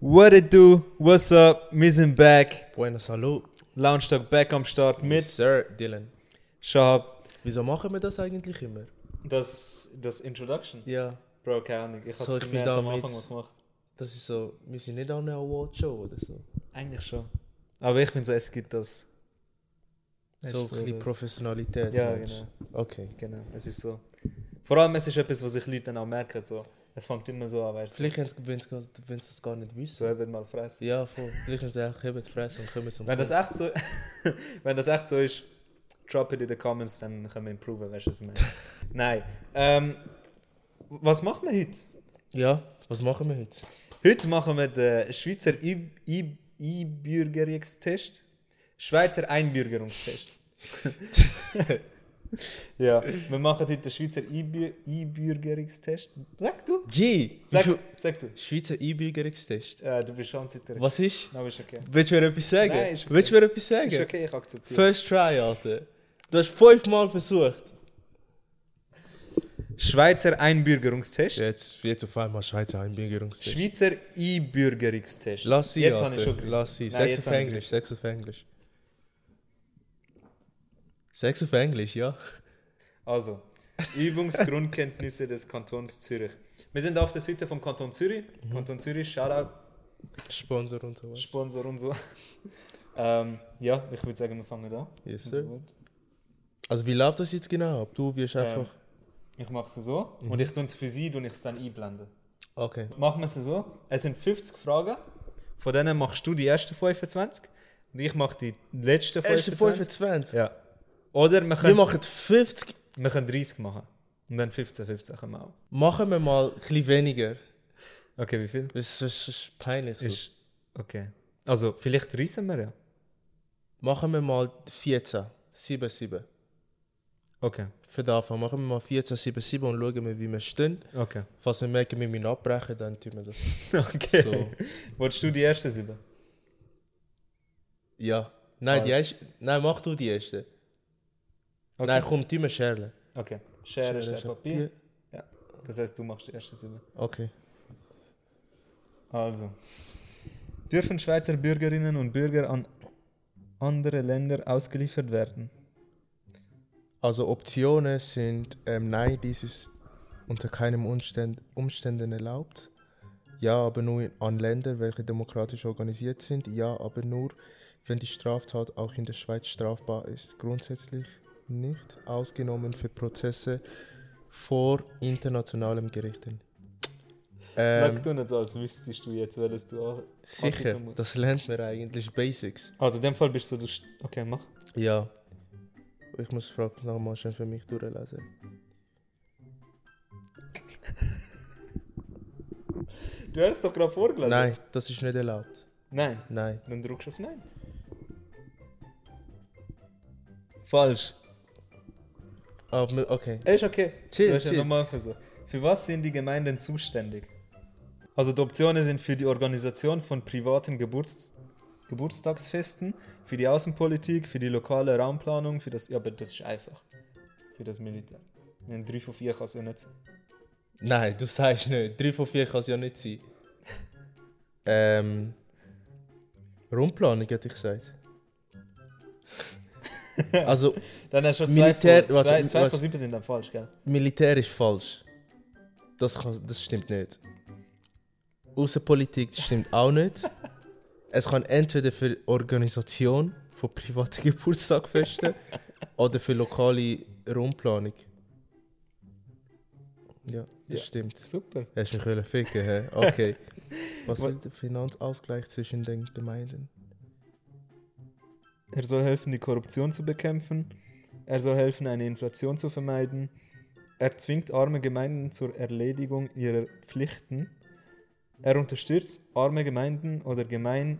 What it do? What's up? Wir sind back. Buenas Hallo. Lounge Talk back am Start mit Sir Dylan. Shahab. Wieso machen wir das eigentlich immer? Das, das Introduction? Ja. Bro, keine Ahnung. Ich hab's Soll ich mir mich jetzt am damit- Anfang was gemacht. Das ist so, wir sind nicht an einer Award-Show oder so. Eigentlich schon. Aber ich finde so, es gibt das. So ein das- bisschen Professionalität. Ja, meinst genau. du? Okay. Genau, es ist so. Vor allem, es ist etwas, was sich Leute dann auch merken. So. Es fängt immer so an, weißt du. Vielleicht wenn sie wenn sie das gar nicht So, wissen. eben mal fressen. Ja, voll. Vielleicht haben sie auch eben die Fresse und kommen zum Wenn das Punkt. echt so, wenn das echt so ist, drop it in the comments, dann können wir improven, weißt du, was ich meine. Nein. Ähm, was machen wir heute? Ja, was machen wir heute? Heute machen wir den Schweizer Ü- Ü- Einbürgerungstest. Schweizer Einbürgerungstest. ja, wir machen heute den Schweizer Einbü Einbürgerungstest. Sag du? G! Sag, sag du. Schweizer Einbürgerungstest. Ja, du bist schon zittert. Was ist? Nein, ist okay. Willst du mir etwas sagen? Nein, ist okay. Willst du mir etwas sagen? Ist okay, ich akzeptiere. First try, Alter. Du hast fünfmal versucht. Schweizer Einbürgerungstest. Jetzt, jetzt auf einmal Schweizer Einbürgerungstest. Schweizer Einbürgerungstest. Lass sie, Jetzt Alter. habe ich schon gerissen. Lass sie. Nein, Sex jetzt auf habe ich gerissen. Englisch, Sex auf Englisch. Sex auf Englisch, ja. Also, Übungsgrundkenntnisse des Kantons Zürich. Wir sind auf der Seite vom Kanton Zürich. Mhm. Kanton Zürich, Shoutout, Sponsor und so was. Sponsor und so. ähm, ja, ich würde sagen, wir fangen an. Yes, sir. Also wie läuft das jetzt genau ab? Du wirst einfach... Ich mache es so Mhm. und ich tue es für Sie und ich es dann einblende. Okay. Machen wir es so. Es sind 50 Fragen. Von denen machst du die ersten 25 und ich mache die letzten 25. Erste 25. Ja. Oder wir Wir können, wir, machen 50... können 30 machen. Und dann 15, 15 können wir auch. Machen wir mal ein bisschen weniger. Okay, wie viel? Das ist, das ist peinlich so. Ist, okay. Also, vielleicht reissen wir ja. Machen wir mal 14. 7, 7. Okay, Für den Anfang. Machen wir mal 14, 7, 7 und schauen wir, wie wir stehen. okay. Falls wir merken, wir müssen abbrechen, dann tun wir das. okay. So. Wolltest du die ersten sieben? Ja. Nein, die erste... Nein, mach du die erste. Okay. Nein, komm, tu mir Scherle. Okay. Schere, Schere Papier. Ja. Das heißt, du machst die ersten sieben. Okay. Also. Dürfen Schweizer Bürgerinnen und Bürger an andere Länder ausgeliefert werden? Also Optionen sind, ähm, nein, dies ist unter keinem Umständ, Umständen erlaubt. Ja, aber nur in- an Länder, welche demokratisch organisiert sind. Ja, aber nur, wenn die Straftat auch in der Schweiz strafbar ist. Grundsätzlich nicht, ausgenommen für Prozesse vor internationalen Gerichten. Ähm, Sag du nicht so, als wüsstest du jetzt, welches du auch. sicher, antippen musst. das lernt man eigentlich, Basics. Also, in dem Fall bist du. du st- okay, mach. Ja. Ich muss die Frage nochmal schön für mich durchlesen. Du hast es doch gerade vorgelesen. Nein, das ist nicht erlaubt. Nein. Nein. Dann drückst du auf Nein. Falsch. Ah, mi- okay. Ist okay. Chill, du hast ja chill. nochmal versucht. Für was sind die Gemeinden zuständig? Also die Optionen sind für die Organisation von privaten Geburts Geburtstagsfesten, für die Außenpolitik, für die lokale Raumplanung, für das... Ja, aber das ist einfach. Für das Militär. Ein 3 von 4 kann es ja nicht sein. Nein, du sagst nicht. 3 von 4 kann es ja nicht sein. ähm. Raumplanung hätte ich gesagt. also, Dann hast du schon zwei, Militär- von, warte, zwei, zwei warte. von sieben sind dann falsch, gell? Militär ist falsch. Das, kann, das stimmt nicht. Außenpolitik das stimmt auch nicht. Es kann entweder für Organisation von privaten Geburtstagfesten oder für lokale Raumplanung. Ja, das Ja. stimmt. Super. Hast mich wollen ficken, hä? Okay. Was wird der Finanzausgleich zwischen den Gemeinden? Er soll helfen, die Korruption zu bekämpfen. Er soll helfen, eine Inflation zu vermeiden. Er zwingt arme Gemeinden zur Erledigung ihrer Pflichten. Er unterstützt arme Gemeinden oder, Gemein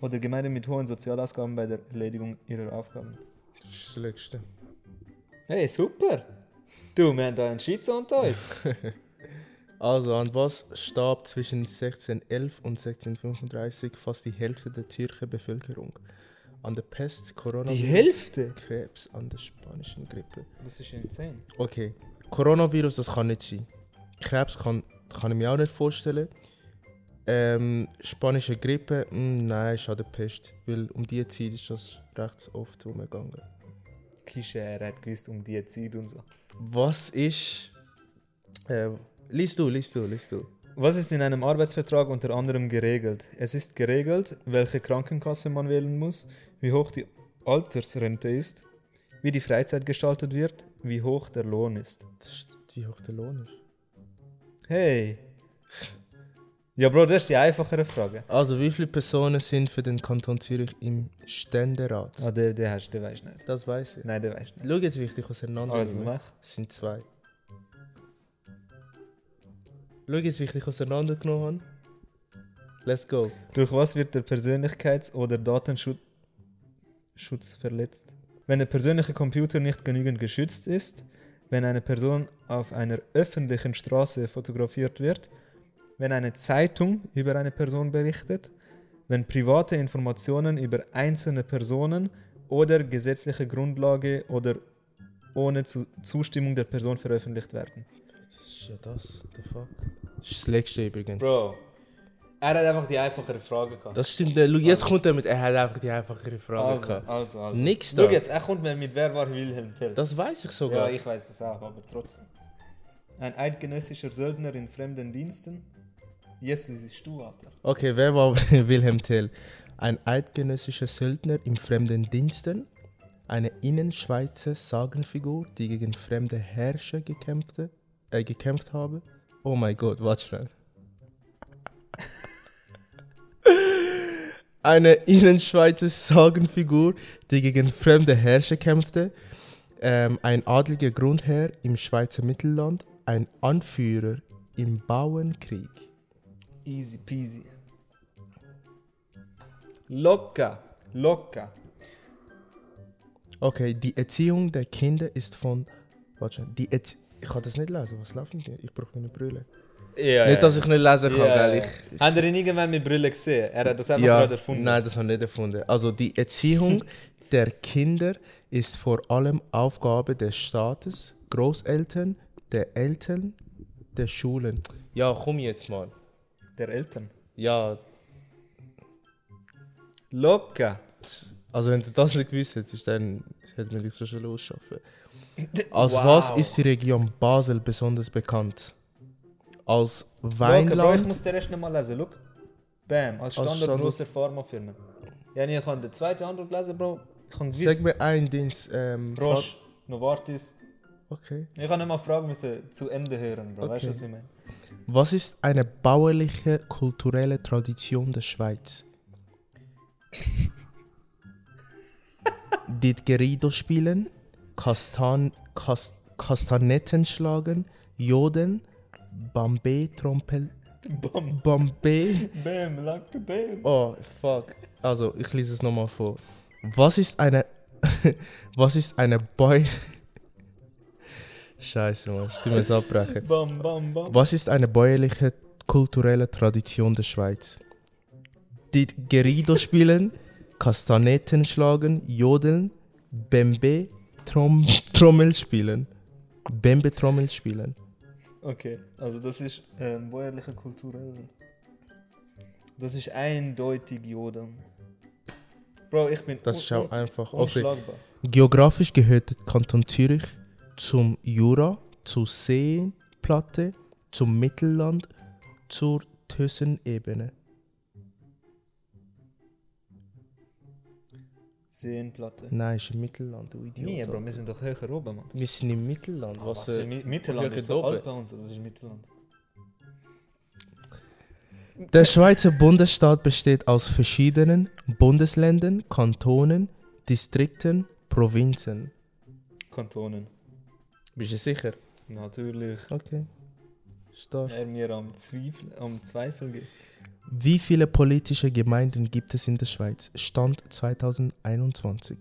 oder Gemeinden mit hohen Sozialausgaben bei der Erledigung ihrer Aufgaben. Das ist das Letzte. Hey, super! Du, wir haben da einen Schweizer unter uns. Also, an was starb zwischen 1611 und 1635 fast die Hälfte der Zürcher Bevölkerung? An der Pest, Coronavirus, Die Hälfte? Krebs, an der spanischen Grippe. Das ist insane. Okay, Coronavirus, das kann nicht sein. Krebs kann, kann ich mir auch nicht vorstellen. Ähm, spanische Grippe, mm, nein, schade Pest, weil um diese Zeit ist das recht oft umgegangen. Kische, er hat gewusst um die Zeit und so. Was ist. Äh, liest du, liest du, liest du. Was ist in einem Arbeitsvertrag unter anderem geregelt? Es ist geregelt, welche Krankenkasse man wählen muss, wie hoch die Altersrente ist, wie die Freizeit gestaltet wird, wie hoch der Lohn ist. Das ist wie hoch der Lohn ist. Hey! Ja, Bro, das ist die einfachere Frage. Also, wie viele Personen sind für den Kanton Zürich im Ständerat? Ah, den, den hast du, den weißt du nicht. Das weiß ich. Nein, den weißt du nicht. Schau jetzt wichtig auseinander. Also nehmen. mach. Es sind zwei. Schau jetzt wichtig auseinandergenommen. haben. Let's go. Durch was wird der Persönlichkeits- oder Datenschutz Schutz verletzt? Wenn der persönliche Computer nicht genügend geschützt ist, wenn eine Person auf einer öffentlichen Straße fotografiert wird, wenn eine Zeitung über eine Person berichtet, wenn private Informationen über einzelne Personen oder gesetzliche Grundlage oder ohne Zu Zustimmung der Person veröffentlicht werden. Das ist ja das. The fuck. Das ist das letzte übrigens. er hat einfach die einfachere Frage gehabt. Das stimmt. Schau, jetzt kommt er mit, er hat einfach die einfachere Frage gehabt. also, also. Nix Schau da. jetzt, er kommt mir mit Wer war Wilhelm Tell. Das weiß ich ja, sogar. ich weiß das auch, aber trotzdem. Ein eidgenössischer Söldner in fremden Diensten. Jetzt siehst du, Alter. Okay, wer war Wilhelm Tell? Ein eidgenössischer Söldner im fremden Diensten, eine Innenschweizer Sagenfigur, die gegen fremde Herrscher gekämpfte, äh, gekämpft habe. Oh mein Gott, warte schnell. Eine Innenschweizer Sagenfigur, die gegen fremde Herrscher kämpfte, ähm, ein adliger Grundherr im Schweizer Mittelland, ein Anführer im Bauernkrieg. Easy peasy. Locker, locker. Okay, die Erziehung der Kinder ist von. Warte schon, die Erzie Ich kann das nicht lesen, was läuft mit mir? Ich brauche meine Brille. Ja, Nicht, dass ich nicht lesen kann, Äh, Ja, gell? ja. Ich, ich, Habt ihr ihn irgendwann mit Brille gesehen? Er hat das einfach ja, gerade erfunden. Nein, das habe ich nicht erfunden. Also, die Erziehung der Kinder ist vor allem Aufgabe des Staates, Großeltern, der Eltern, der Schulen. Ja, komm jetzt mal. Der Eltern. Ja, Locker. Also wenn du das nicht gewusst hättest, dann hätte man dich so schon losschaffen. Als was ist die Region Basel besonders bekannt? Als Locker, Bro, ich Weinland. muss den Rest nochmal lesen. Look. Bam, als Standard, Standard- großer Pharmafirma. Ja, nee, ich kann den zweiten Antwort lesen, Bro. Ich kann Sag gewiss. mir einen Dienst. Ähm, Roche, Novartis. Fa- Okay. Ich kann nicht mal fragen müssen, zu Ende hören, Bro. Weißt du, Okay. was ich meine? Was ist eine bauerliche kulturelle Tradition der Schweiz? Dit Gerido spielen, Kastan Kas Kastanetten schlagen, Joden, Bambé Trompel Bam, Bombay bam, like the bam. Oh, fuck. Also, ich lese es nochmal vor. Was ist eine. Was ist eine Bäu. Scheiße, Mann. Du musst abbrechen. Bam, bam, bam. Was ist eine bäuerliche kulturelle Tradition der Schweiz? Die Gerido spielen, Kastanetten schlagen, jodeln, Bembe Trom Trommel spielen. Bembe Trommel spielen. Okay, also das ist ähm, bäuerliche kulturell. Das ist eindeutig Jodan. Bro, ich bin Das un- ist auch un- einfach. Okay. unschlagbar. Geografisch gehört der Kanton Zürich zum Jura, zur Seenplatte, zum Mittelland, zur Thüssenebene. Seenplatte. Nein, ist im Mittelland, du Idiot. Nee, Bro, wir sind doch höher oben, Mann. Wir sind im Mittelland. Ah, Was für Mi- Mittelland höher ist so oben. Alpen und so, das ist Mittelland. Der Schweizer Bundesstaat besteht aus verschiedenen Bundesländern, Kantonen, Distrikten, Provinzen. Kantonen. Bist du sicher? Natürlich. Okay. Stark. Er mir am Zweifel, am Zweifel gibt. Wie viele politische Gemeinden gibt es in der Schweiz? Stand 2021.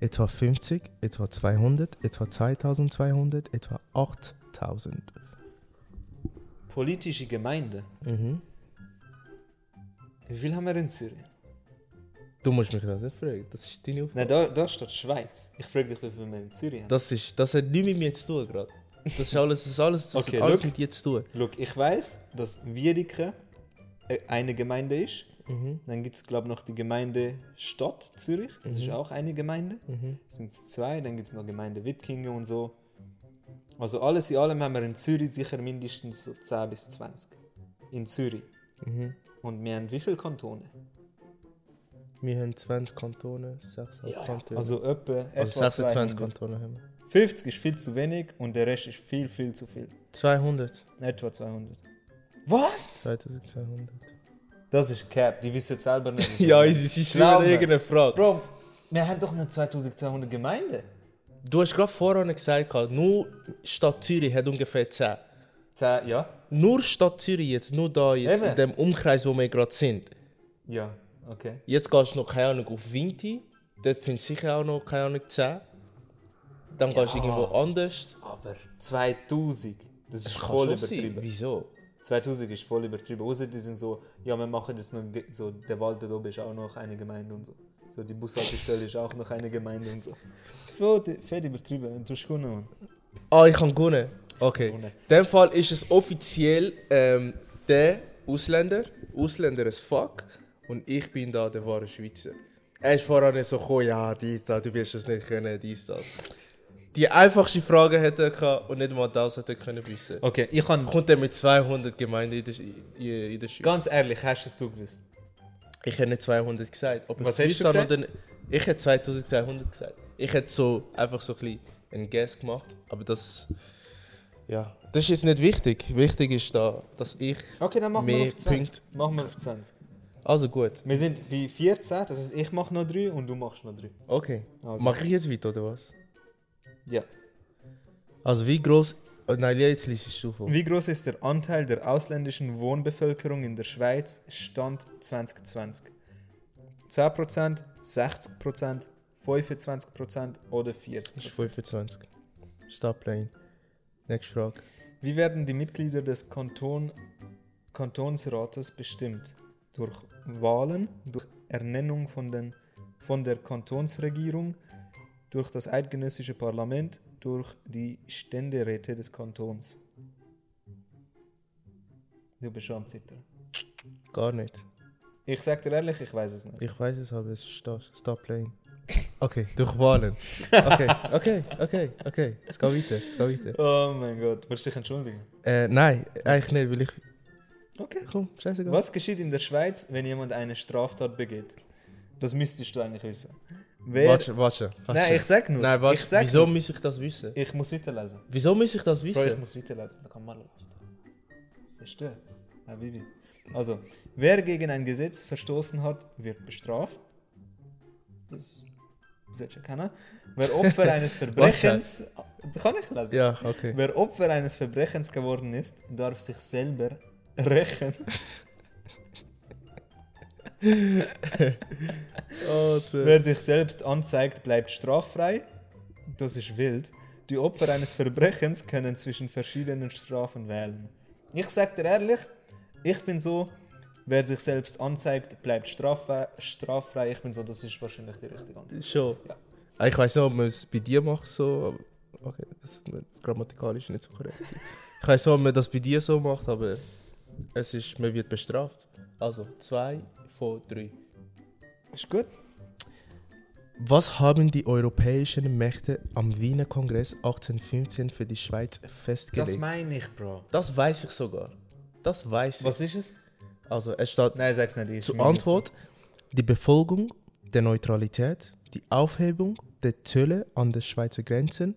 Etwa 50, etwa 200, etwa 2200, etwa 8000. Politische Gemeinde. Mhm. Wie viel haben wir in Zürich? Du musst mich das nicht fragen, das ist deine Aufgabe. Nein, da, da steht Schweiz. Ich frage dich, wie viel wir in Zürich haben. Das, ist, das hat nichts mit mir zu tun gerade. Das ist alles, das ist alles, das Okay, hat alles look. mit dir zu tun. Look, ich weiß, dass Wiedeke äh, eine Gemeinde ist. Mhm. Dann gibt es, glaube ich, noch die Gemeinde Stadt Zürich. Das ist auch eine Gemeinde. Mhm. Das sind zwei. Dann gibt es noch Gemeinde Wipkingen und so. Also alles in allem haben wir in Zürich sicher mindestens so 10 bis 20. In Zürich. Mhm. Und wir haben wie viele Kantone? Wir haben 20 Kantone, 6 Kantone. Also etwa also etwa 26 200. Kantone haben wir. 50 ist viel zu wenig und der Rest ist viel, viel zu viel. 200. Etwa 200. Was? 2200. Das ist Cap, die wissen selber nicht. sie schreiben irgendeine Frage. Bro, wir haben doch nur 2200 Gemeinden. Du hast gerade vorhin gesagt, gehabt, nur Stadt Zürich hat ungefähr 10. Zehn, ja? Nur Stadt Zürich jetzt, nur da jetzt Eben. in dem Umkreis, wo wir gerade sind. Ja, okay. Jetzt gehst du noch, keine Ahnung, auf Vinti. Dort findest du sicher auch noch, keine Ahnung, 10. Dann gehst du irgendwo anders. Aber 2000, das ist Kann voll schon sein. übertrieben. Wieso? 2000 ist voll übertrieben. Außer die sind so, ja, wir machen das nur, ge- so, der Wald da oben ist auch noch eine Gemeinde und so. So, die Bushaltestelle ist auch noch eine Gemeinde und so. Voll, voll übertrieben, du hast gewonnen, Mann. Ah, ich kann gewonnen. Okay. Gewonnen. In dem Fall ist es offiziell ähm, der Ausländer. Ausländer ist fuck. Und ich bin da der wahre Schweizer. Er ist vorher nicht so gekommen, ja, dies, das, du wirst es nicht können, dies, das. Die einfachste Frage hätte er gehabt und nicht mal das hätte er können wissen. Okay, ich kann. Kommt er mit 200 Gemeinden in der, Sch- in, in der Schweiz? Ganz ehrlich, hast es du gewusst? Ich hätte nicht 200 gesagt. Ob ich Was hast du Swiss habe gesagt? oder nicht. Ich hätte 2200 gesagt. Ich hätte so einfach so ein bisschen einen Guess gemacht, aber das. Ja. Das ist jetzt nicht wichtig. Wichtig ist da, dass ich. Okay, dann machen Mehr wir auf 20. Machen wir auf 20. Also gut. Wir sind bei 14, das heißt, ich mache noch 3 und du machst noch 3. Okay. Also. Mache ich jetzt weiter oder was? Ja. Also wie groß. Oh, nein, jetzt liest du vor. Wie groß ist der Anteil der ausländischen Wohnbevölkerung in der Schweiz Stand 2020? 10%, 60%, 25% oder Das ist 40%? 25. Stop playing. Nächste Frage. Wie werden die Mitglieder des Kanton Kantonsrates bestimmt? Durch Wahlen, durch Ernennung von, den, von der Kantonsregierung, durch das eidgenössische Parlament, durch die Ständeräte des Kantons. Du bist schon am Zittern. Gar nicht. Ich sag dir ehrlich, ich weiß es nicht. Ich weiß es, aber es ist Stop, Stop playing. Okay, durch Wahlen. Okay, okay, okay, okay. Es geht weiter, es geht weiter. Oh mein Gott, willst du dich entschuldigen? Äh, nein, eigentlich nicht, weil ich. Okay. Komm, scheißegal. Was geschieht in der Schweiz, wenn jemand eine Straftat begeht? Das müsstest du eigentlich wissen. Wer... Warte, warte. warte. Nein, ich sag nur. Nein, warte. Ich sag Wieso nur. muss ich das wissen? Ich muss weiterlesen. Wieso muss ich das Bro, ich wissen? muss weiterlesen. Da kann man laufen. Siehst du? Habibi. Also, wer gegen ein Gesetz verstoßen hat, wird bestraft. Das sollte ja keiner. Wer Opfer eines Verbrechens... kann ich lesen? Ja, okay. Wer Opfer eines Verbrechens geworden ist, darf sich selber rächen. Oh, Wer sich selbst anzeigt, bleibt straffrei. Das ist wild. Die Opfer eines Verbrechens können zwischen verschiedenen Strafen wählen. Ich sag dir ehrlich, ich bin so, wer sich selbst anzeigt, bleibt straffrei. straffrei. Ich bin so, das ist wahrscheinlich die richtige Antwort. Schon. Ja. Ah, Ich weiß nicht, ob man es bei dir macht so, aber. Okay, das ist grammatikalisch nicht so korrekt. ich weiß nicht, ob man das bei dir so macht, aber es ist, man wird bestraft. Also, zwei von drei. Ist gut. Was haben die europäischen Mächte am Wiener Kongress 1815 für die Schweiz festgelegt? Das meine ich, Bro. Das weiß ich sogar. Das weiß ich. Was ist es? Also es steht Nein, sag's nicht. Ich zur Antwort die Befolgung der Neutralität, die Aufhebung der Zölle an den Schweizer Grenzen,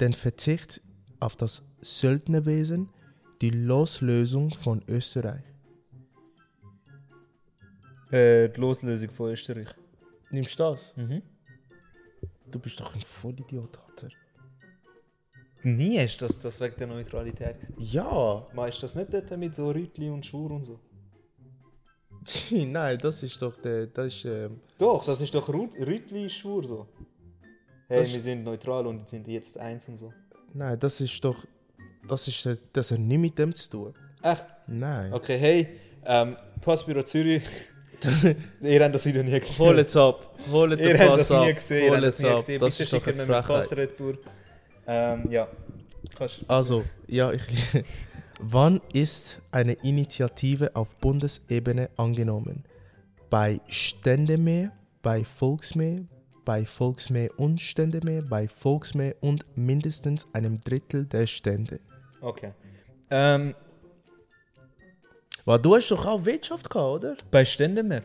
den Verzicht auf das Söldnerwesen, die Loslösung von Österreich. Äh, die Loslösung von Österreich. Nimmst du das? Mhm. Du bist doch ein Vollidiot, Alter. Nie ist das, das wegen der Neutralität. gewesen. Ja, Man ist das nicht dort mit so Rütli und Schwur und so? nein, das ist doch der, das ist, ähm, Doch, das ist doch Rü- Rütli, Schwur so. Hey, Das- wir sind neutral und sind jetzt eins und so. nein, das ist doch, das ist, äh, das hat nichts mit dem zu tun. Echt? Nein. Okay, hey, ähm, Passbüro Zürich, ihr habt das Video nie gesehen. Hol jetzt ab, hol den ihr habt das Pass ab, nie gesehen, ihr hol habt das jetzt nie ab. gesehen. Das Bitte ist doch schickt mir eine mit Frechheit. Passretour. Ähm, ja. Kannst Also, ja, ich. Wann ist eine Initiative auf Bundesebene angenommen? Bei Ständemehr, bei Volksmehr, bei Volksmehr und Ständemehr, bei Volksmehr und mindestens einem Drittel der Stände. Okay. Ähm, Weil du hast doch auch Wirtschaft gehabt, oder? bei Ständemeer.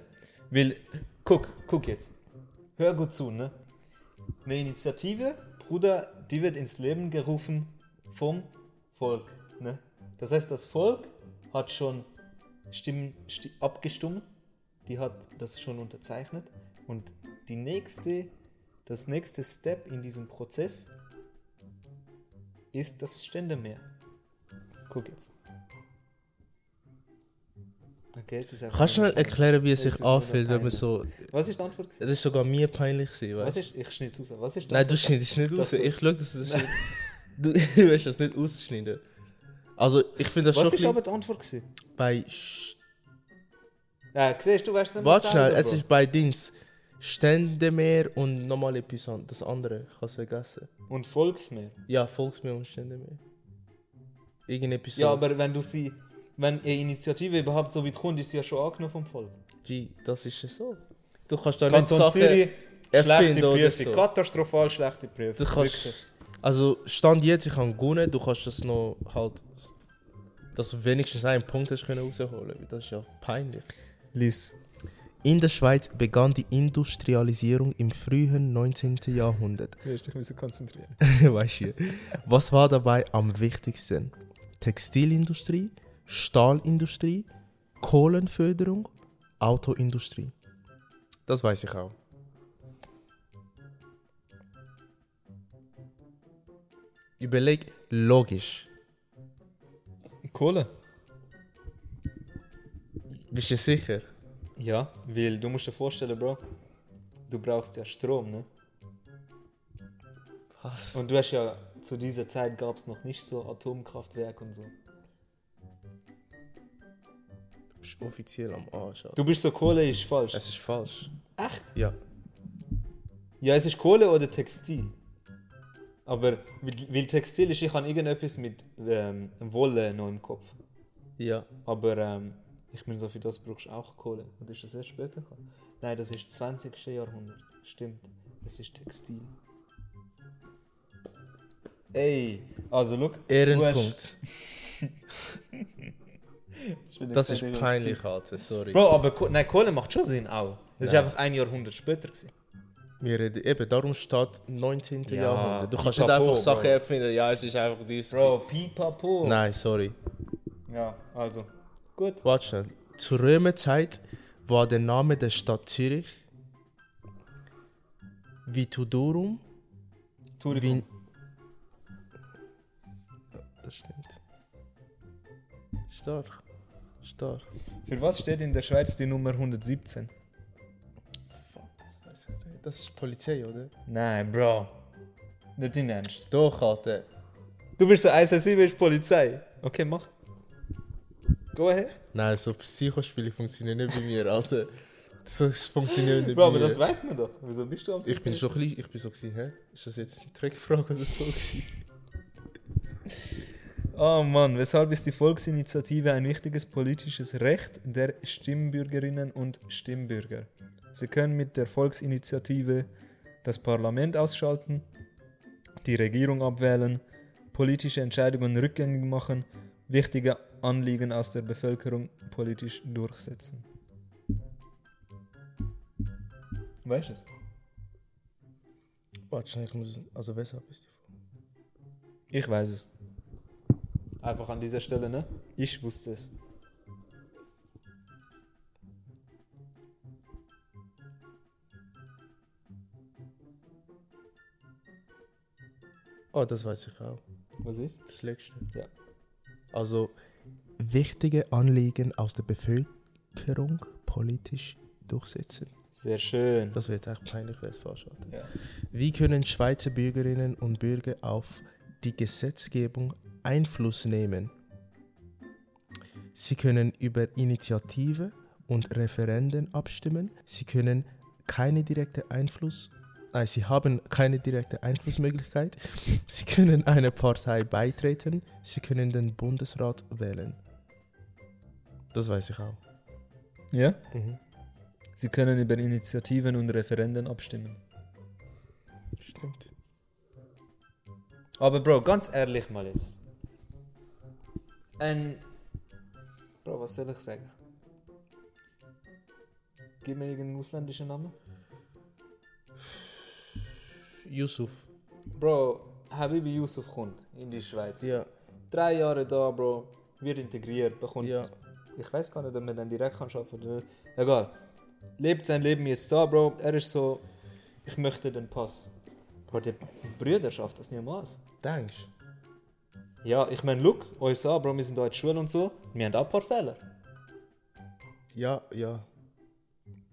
Weil, guck, guck jetzt. Hör gut zu, ne? Eine Initiative, Bruder, die wird ins Leben gerufen vom Volk, ne? Das heißt, das Volk hat schon Stimmen sti abgestimmt, die hat das schon unterzeichnet und die nächste, das nächste Step in diesem Prozess ist das Ständemeer. Guck jetzt. Okay, jetzt ist einfach Kannst du mal erklären, wie es Jetzt sich ist mir anfühlt, wenn man peinlich. so. Was ist die Antwort? gewesen? Das ist sogar mir peinlich gewesen, Was weißt du? ist, ich schneide es raus. Was ist die Nein, du Antwort? schneidest nicht raus. Das- Ich schau, dass du das nicht. Du, du willst das nicht ausschneiden. Also, ich finde das Was schon. ist Ist aber die Antwort? Gewesen? bei. Sch Ja, siehst du, weißt du, Warte schnell, es ist bei Dings. Ständemeer und nochmal etwas an- Das andere, ich hab's vergessen. Und Volksmeer. Ja, Volksmeer und Ständemeer. Irgendetwas Ja, so. aber wenn du sie. Wenn eine Initiative überhaupt so weit kommt, ist sie ja schon angenommen vom Volk. G, das ist ja so. Du kannst da nicht Kanton Sachen... Zürich, schlechte erfinden oder Prüfung. so. Katastrophal schlechte Prüfung. Du Wirklich. kannst... Also, Stand jetzt, ich kann gewonnen, du kannst das noch halt... Dass du wenigstens einen Punkt hast können rausholen. Das ist ja peinlich. Lies. In der Schweiz begann die Industrialisierung im frühen 19. Jahrhundert. Du musst dich ein bisschen konzentrieren. weißt du. Was war dabei am wichtigsten? Textilindustrie, Stahlindustrie, Kohlenförderung, Autoindustrie. Das weiß ich auch. Überleg logisch. Kohle? Bist du sicher? Ja, weil du musst dir vorstellen, Bro, du brauchst ja Strom, ne? Was? Und du hast ja, zu dieser Zeit gab es noch nicht so Atomkraftwerke und so. Du bist offiziell am Arsch. Alter. Du bist so, Kohle ist falsch. Es ist falsch. Echt? Ja. Ja, es ist Kohle oder Textil. Aber weil weil Textil ist, ich habe irgendetwas mit ähm, Wolle noch im Kopf. Ja. Aber ähm, ich meine, so für das brauchst du auch Kohle. Und ist das erst später gekommen? Nein, das ist 20. Jahrhundert. Stimmt. Es ist Textil. Ey, also look. Ehrenpunkt. Du hast- Das ist peinlich, Alter. Sorry. Bro, aber Ko Nein, Kohle macht schon Sinn auch. Es ist einfach ein Jahrhundert später. Gewesen. Wir reden eben, darum steht 19. Ja, Jahrhundert. Du kannst nicht pipapo, einfach Sachen Bro. erfinden, ja, es ist einfach dies. Bro, pipapo. Nein, sorry. Ja, also. Gut. Warte schnell. Zur Römerzeit war der Name der Stadt Zürich Vitudurum. Turikon. Vin das stimmt. Stark. Stark. Für was steht in der Schweiz die Nummer 117? Fuck, das weiß ich nicht. Das ist Polizei, oder? Nein, Bro. Nicht in Ernst. Doch, Alter. Du bist so 167 bist Polizei. Okay, mach. Go ahead. Nein, so Psychospiele funktionieren nicht bei mir, Alter. Das funktioniert nicht Bro, bei aber mir. das weiß man doch. Wieso bist du am Ich bin Zirkel? so klein, ich bin so gewesen, hä? Ist das jetzt eine Trickfrage oder so? gewesen? Oh Mann, weshalb ist die Volksinitiative ein wichtiges politisches Recht der Stimmbürgerinnen und Stimmbürger? Sie können mit der Volksinitiative das Parlament ausschalten, die Regierung abwählen, politische Entscheidungen rückgängig machen, wichtige Anliegen aus der Bevölkerung politisch durchsetzen. Weißt du es? Warte, schnell, ich muss. Also, weshalb ist die Frage? Ich weiß es. Einfach an dieser Stelle, ne? Ich wusste es. Oh, das weiß ich auch. Was ist? Das letzte. Ja. Also, wichtige Anliegen aus der Bevölkerung politisch durchsetzen. Sehr schön. Das wäre jetzt echt peinlich, wäre es falsch war. Ja. Wie können Schweizer Bürgerinnen und Bürger auf die Gesetzgebung Einfluss nehmen? Sie können über Initiative und Referenden abstimmen. Sie können keine direkte Einfluss, Nein, sie haben keine direkte Einflussmöglichkeit. Sie können einer Partei beitreten. Sie können den Bundesrat wählen. Das weiß ich auch. Ja? Sie können über Initiativen und Referenden abstimmen. Stimmt. Aber Bro, ganz ehrlich mal jetzt. Ein. Bro, was soll ich sagen? Gib mir irgendeinen ausländischen Namen. Yusuf. Bro, Habibi Yusuf kommt in die Schweiz. Ja, Drei Jahre da, Bro. Wird integriert, bekommt. ja. Ich weiß gar nicht, ob man dann direkt kann schaffen oder nicht. Egal. Lebt sein Leben jetzt da, Bro. Er ist so. Ich möchte den Pass. Bro, die Brüder schafft das niemals. Denkst Ja, ich meine, look, uns an, Bro, wir sind da in der Schule und so. Wir haben auch ein paar Fehler. Ja, ja.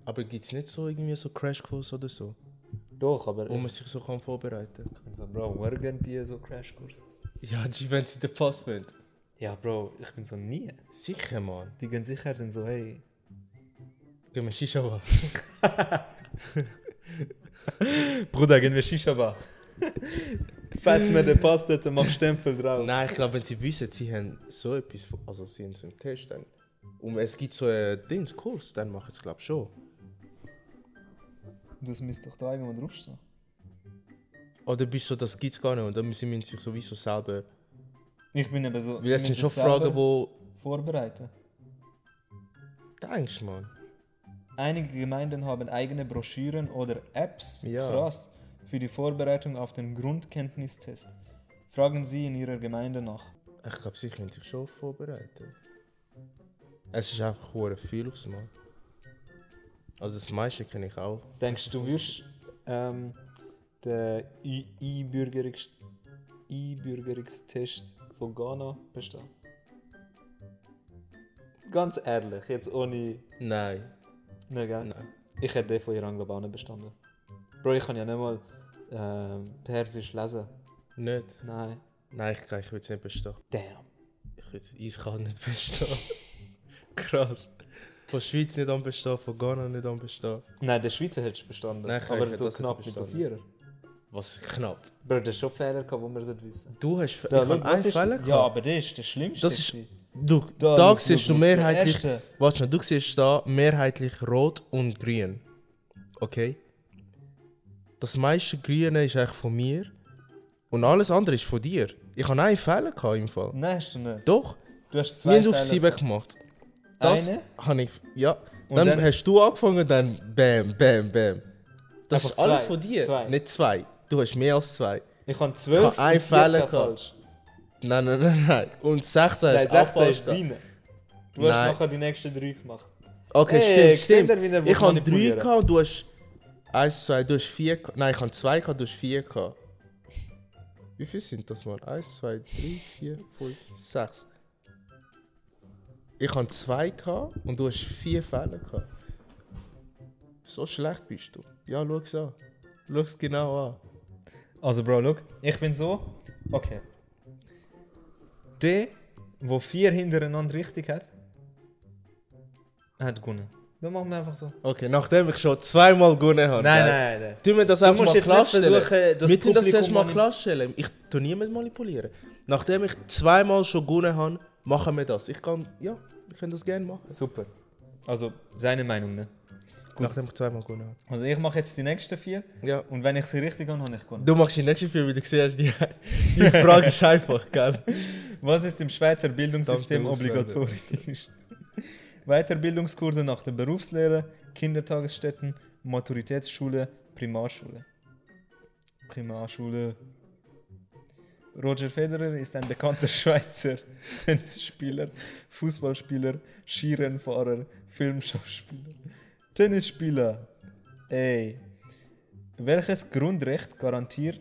Aber gibt es nicht so irgendwie so Crashkurs oder so, Doch, aber. wo man sich so kann vorbereiten kann? so, Bro, woher gehen die so Crashkurs? Ja, die wenn sie den Pass wollen. Ja, Bro, ich bin so nie. Sicher, Mann. Die gehen sicher, sind so, hey. Gehen wir Shisha war. Bruder, gehen wir Shisha bar. Falls mir der passt, dann mach Stempel drauf. Nein, ich glaube, wenn sie wissen, sie haben so etwas, von- also sie haben so einen Test, dann, und es gibt so einen Dingskurs, dann machen sie es, glaube ich, schon. Das müsste doch da irgendwo draufstehen. Oder bist du so, das gibt es gar nicht und dann müssen sie sich sowieso selber... Ich bin eben so. Weil es sind schon Fragen, wo... Vorbereiten. Denkst man. Einige Gemeinden haben eigene Broschüren oder Apps Ja. krass, für die Vorbereitung auf den Grundkenntnistest. Fragen Sie in Ihrer Gemeinde nach. Ich glaube, sie können sich schon vorbereiten. Es ist einfach hure viel aufs Mal. Also das meiste kenne ich auch. Denkst du, du wirst ähm, den I- Einbürgerungs- Einbürgerungstest von Ghana bestehen? Ganz ehrlich, jetzt ohne. Nein. Nein, gell? Nein. Ich hätte den von Iran glaube ich, auch nicht bestanden. Bro, ich kann ja nicht mal ähm, Persisch lesen. Nicht? Nein. Nein, ich, glaub, ich würde es nicht bestehen. Damn. Ich würde es eiskalt nicht bestehen. Krass. Von Schweiz nicht am bestehen, von Ghana nicht am bestehen. Nein, der Schweizer hättest du bestanden. Nein, ich aber hätte so das knapp nicht mit so Vierer. bestanden. Was knapp. Bro, der hat schon Fehler gehabt, die wir nicht wissen. Du hast Da, ich schau, hab einen was ist- Fehler Ja, gehabt. aber der ist der schlimmste. Das ist- gewesen. Du, Da, da, schau, siehst schau, du schau. mehrheitlich. Der erste. Warte schnell, du siehst da mehrheitlich rot und grün. Okay? Das meiste Grüne ist eigentlich von mir. Und alles andere ist von dir. Ich habe einen Fehler gehabt im Fall. Nein, hast du nicht. Doch, Du hast zwei wir haben Fehler. auf sieben gemacht. Das Eine? habe ich. Ja. Und Dann, dann- hast du angefangen, dann bam, bam, bam. Das Einfach ist alles zwei, von dir. zwei. Nicht zwei. Du hast mehr als zwei. Ich habe zwölf Ich hab einen und 14 Fehler gehabt. falsch. Nein, nein, nein, nein. Und 16 Nein, hast du auch 16 falsch ist gehabt. deine. Du Nein. hast nachher die nächsten drei gemacht. Okay, Hey, seht stimmt, ihr, wie er stimmt. Ich habe drei manipulieren? gehabt und du hast eins, zwei, du hast vier gehabt. Nein, ich habe zwei gehabt, du hast vier gehabt. Wie viel sind das mal? Eins, zwei, drei, vier, fünf, sechs. Ich habe zwei gehabt und du hast vier Fälle gehabt. So schlecht bist du. Ja, schau es an. Schau es genau an. Also, Bro, look, ich bin so. Okay. Der, wo vier hintereinander richtig hat, hat gewonnen. Dann machen wir einfach so. Okay, nachdem ich schon zweimal gewonnen habe. Nein, gell? nein, nein. Tun wir das einfach musst mal jetzt nicht klarstellen. versuchen, das Wir tun das Publikum erstmal manip- klarstellen. Ich tue niemanden manipulieren. Nachdem ich zweimal schon gewonnen habe, machen wir das. Ich kann, ja, wir können das gerne machen. Super. Also, seine Meinung, ne? Nachdem ich zweimal gewonnen habe. Also, ich mache jetzt die nächsten vier Ja. und wenn ich sie richtig habe, habe ich gewonnen. Du machst die nächste Film, wie du gesehen hast. Die, die Frage ist einfach, gell? Was ist im Schweizer Bildungssystem Darfst du auswählen. obligatorisch? Weiterbildungskurse nach der Berufslehre, Kindertagesstätten, Maturitätsschule, Primarschule. Primarschule. Roger Federer ist ein bekannter Schweizer Tennisspieler, Fußballspieler, Skirennfahrer, Filmschauspieler, Tennisspieler. Ey. Welches Grundrecht garantiert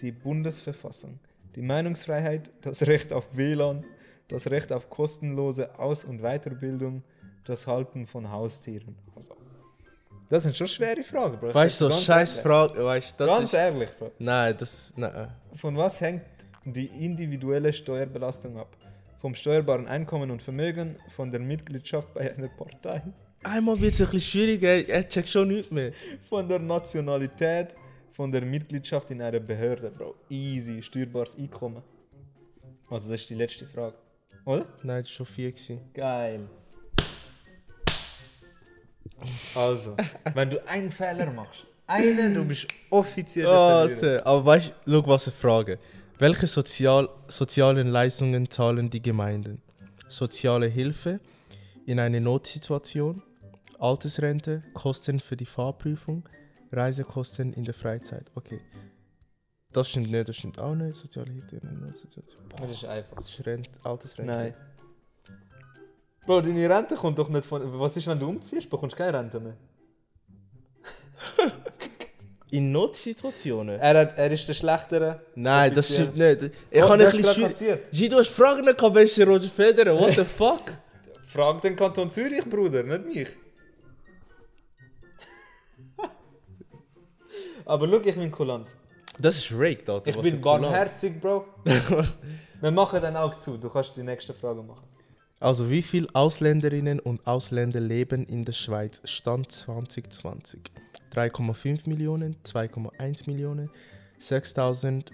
die Bundesverfassung? Die Meinungsfreiheit, das Recht auf WLAN, das Recht auf kostenlose Aus- und Weiterbildung, das Halten von Haustieren. Also, das sind schon schwere Fragen, Bro. Ich Weißt du, sag's ganz so scheiß ehrlich. Frage, weißt du, das Ganz ist. ehrlich, Bro. Nein, das. Nein. Von was hängt die individuelle Steuerbelastung ab? Vom steuerbaren Einkommen und Vermögen, von der Mitgliedschaft bei einer Partei, Einmal wird es ein bisschen schwierig, ey. Er checkt schon nichts mehr. von der Nationalität, von der Mitgliedschaft in einer Behörde, Bro. Easy, steuerbares Einkommen. Also das ist die letzte Frage. Oder? Nein, das war schon vier. Gewesen. Geil. Also, wenn du einen Fehler machst, einen, du bist offiziell der Verlierer. Warte, Ah, aber weißt du, schau, was ich frage. Welche sozial, sozialen Leistungen zahlen die Gemeinden? Soziale Hilfe in einer Notsituation, Altersrente, Kosten für die Fahrprüfung, Reisekosten in der Freizeit. Okay. Das stimmt nicht, das stimmt auch nicht. Soziale Hilfe in einer Notsituation. Boah, Das ist einfach. das ist Rente, Altersrente. Nein. Bro, deine Rente kommt doch nicht von. Was ist, wenn du umziehst? Bekommst du keine Rente mehr. In Notsituationen? Er, hat, er ist der Schlechtere. Nein, das Offiziell. stimmt nicht. Ich Oh, habe ein das ist bisschen. gerade schwi- passiert. G, du hast Fragen gehabt, wer ist der Roger Federer? What the fuck? Frag den Kanton Zürich, Bruder, nicht mich. Aber schau, ich bin kulant. Das ist rigged, Alter. Ich was bin für ein Plan. barmherzig, Bro. Wir machen dein Auge zu, du kannst die nächste Frage machen. Also, wie viele Ausländerinnen und Ausländer leben in der Schweiz? Stand 2020. 3,5 Millionen, 2,1 Millionen, 6.000,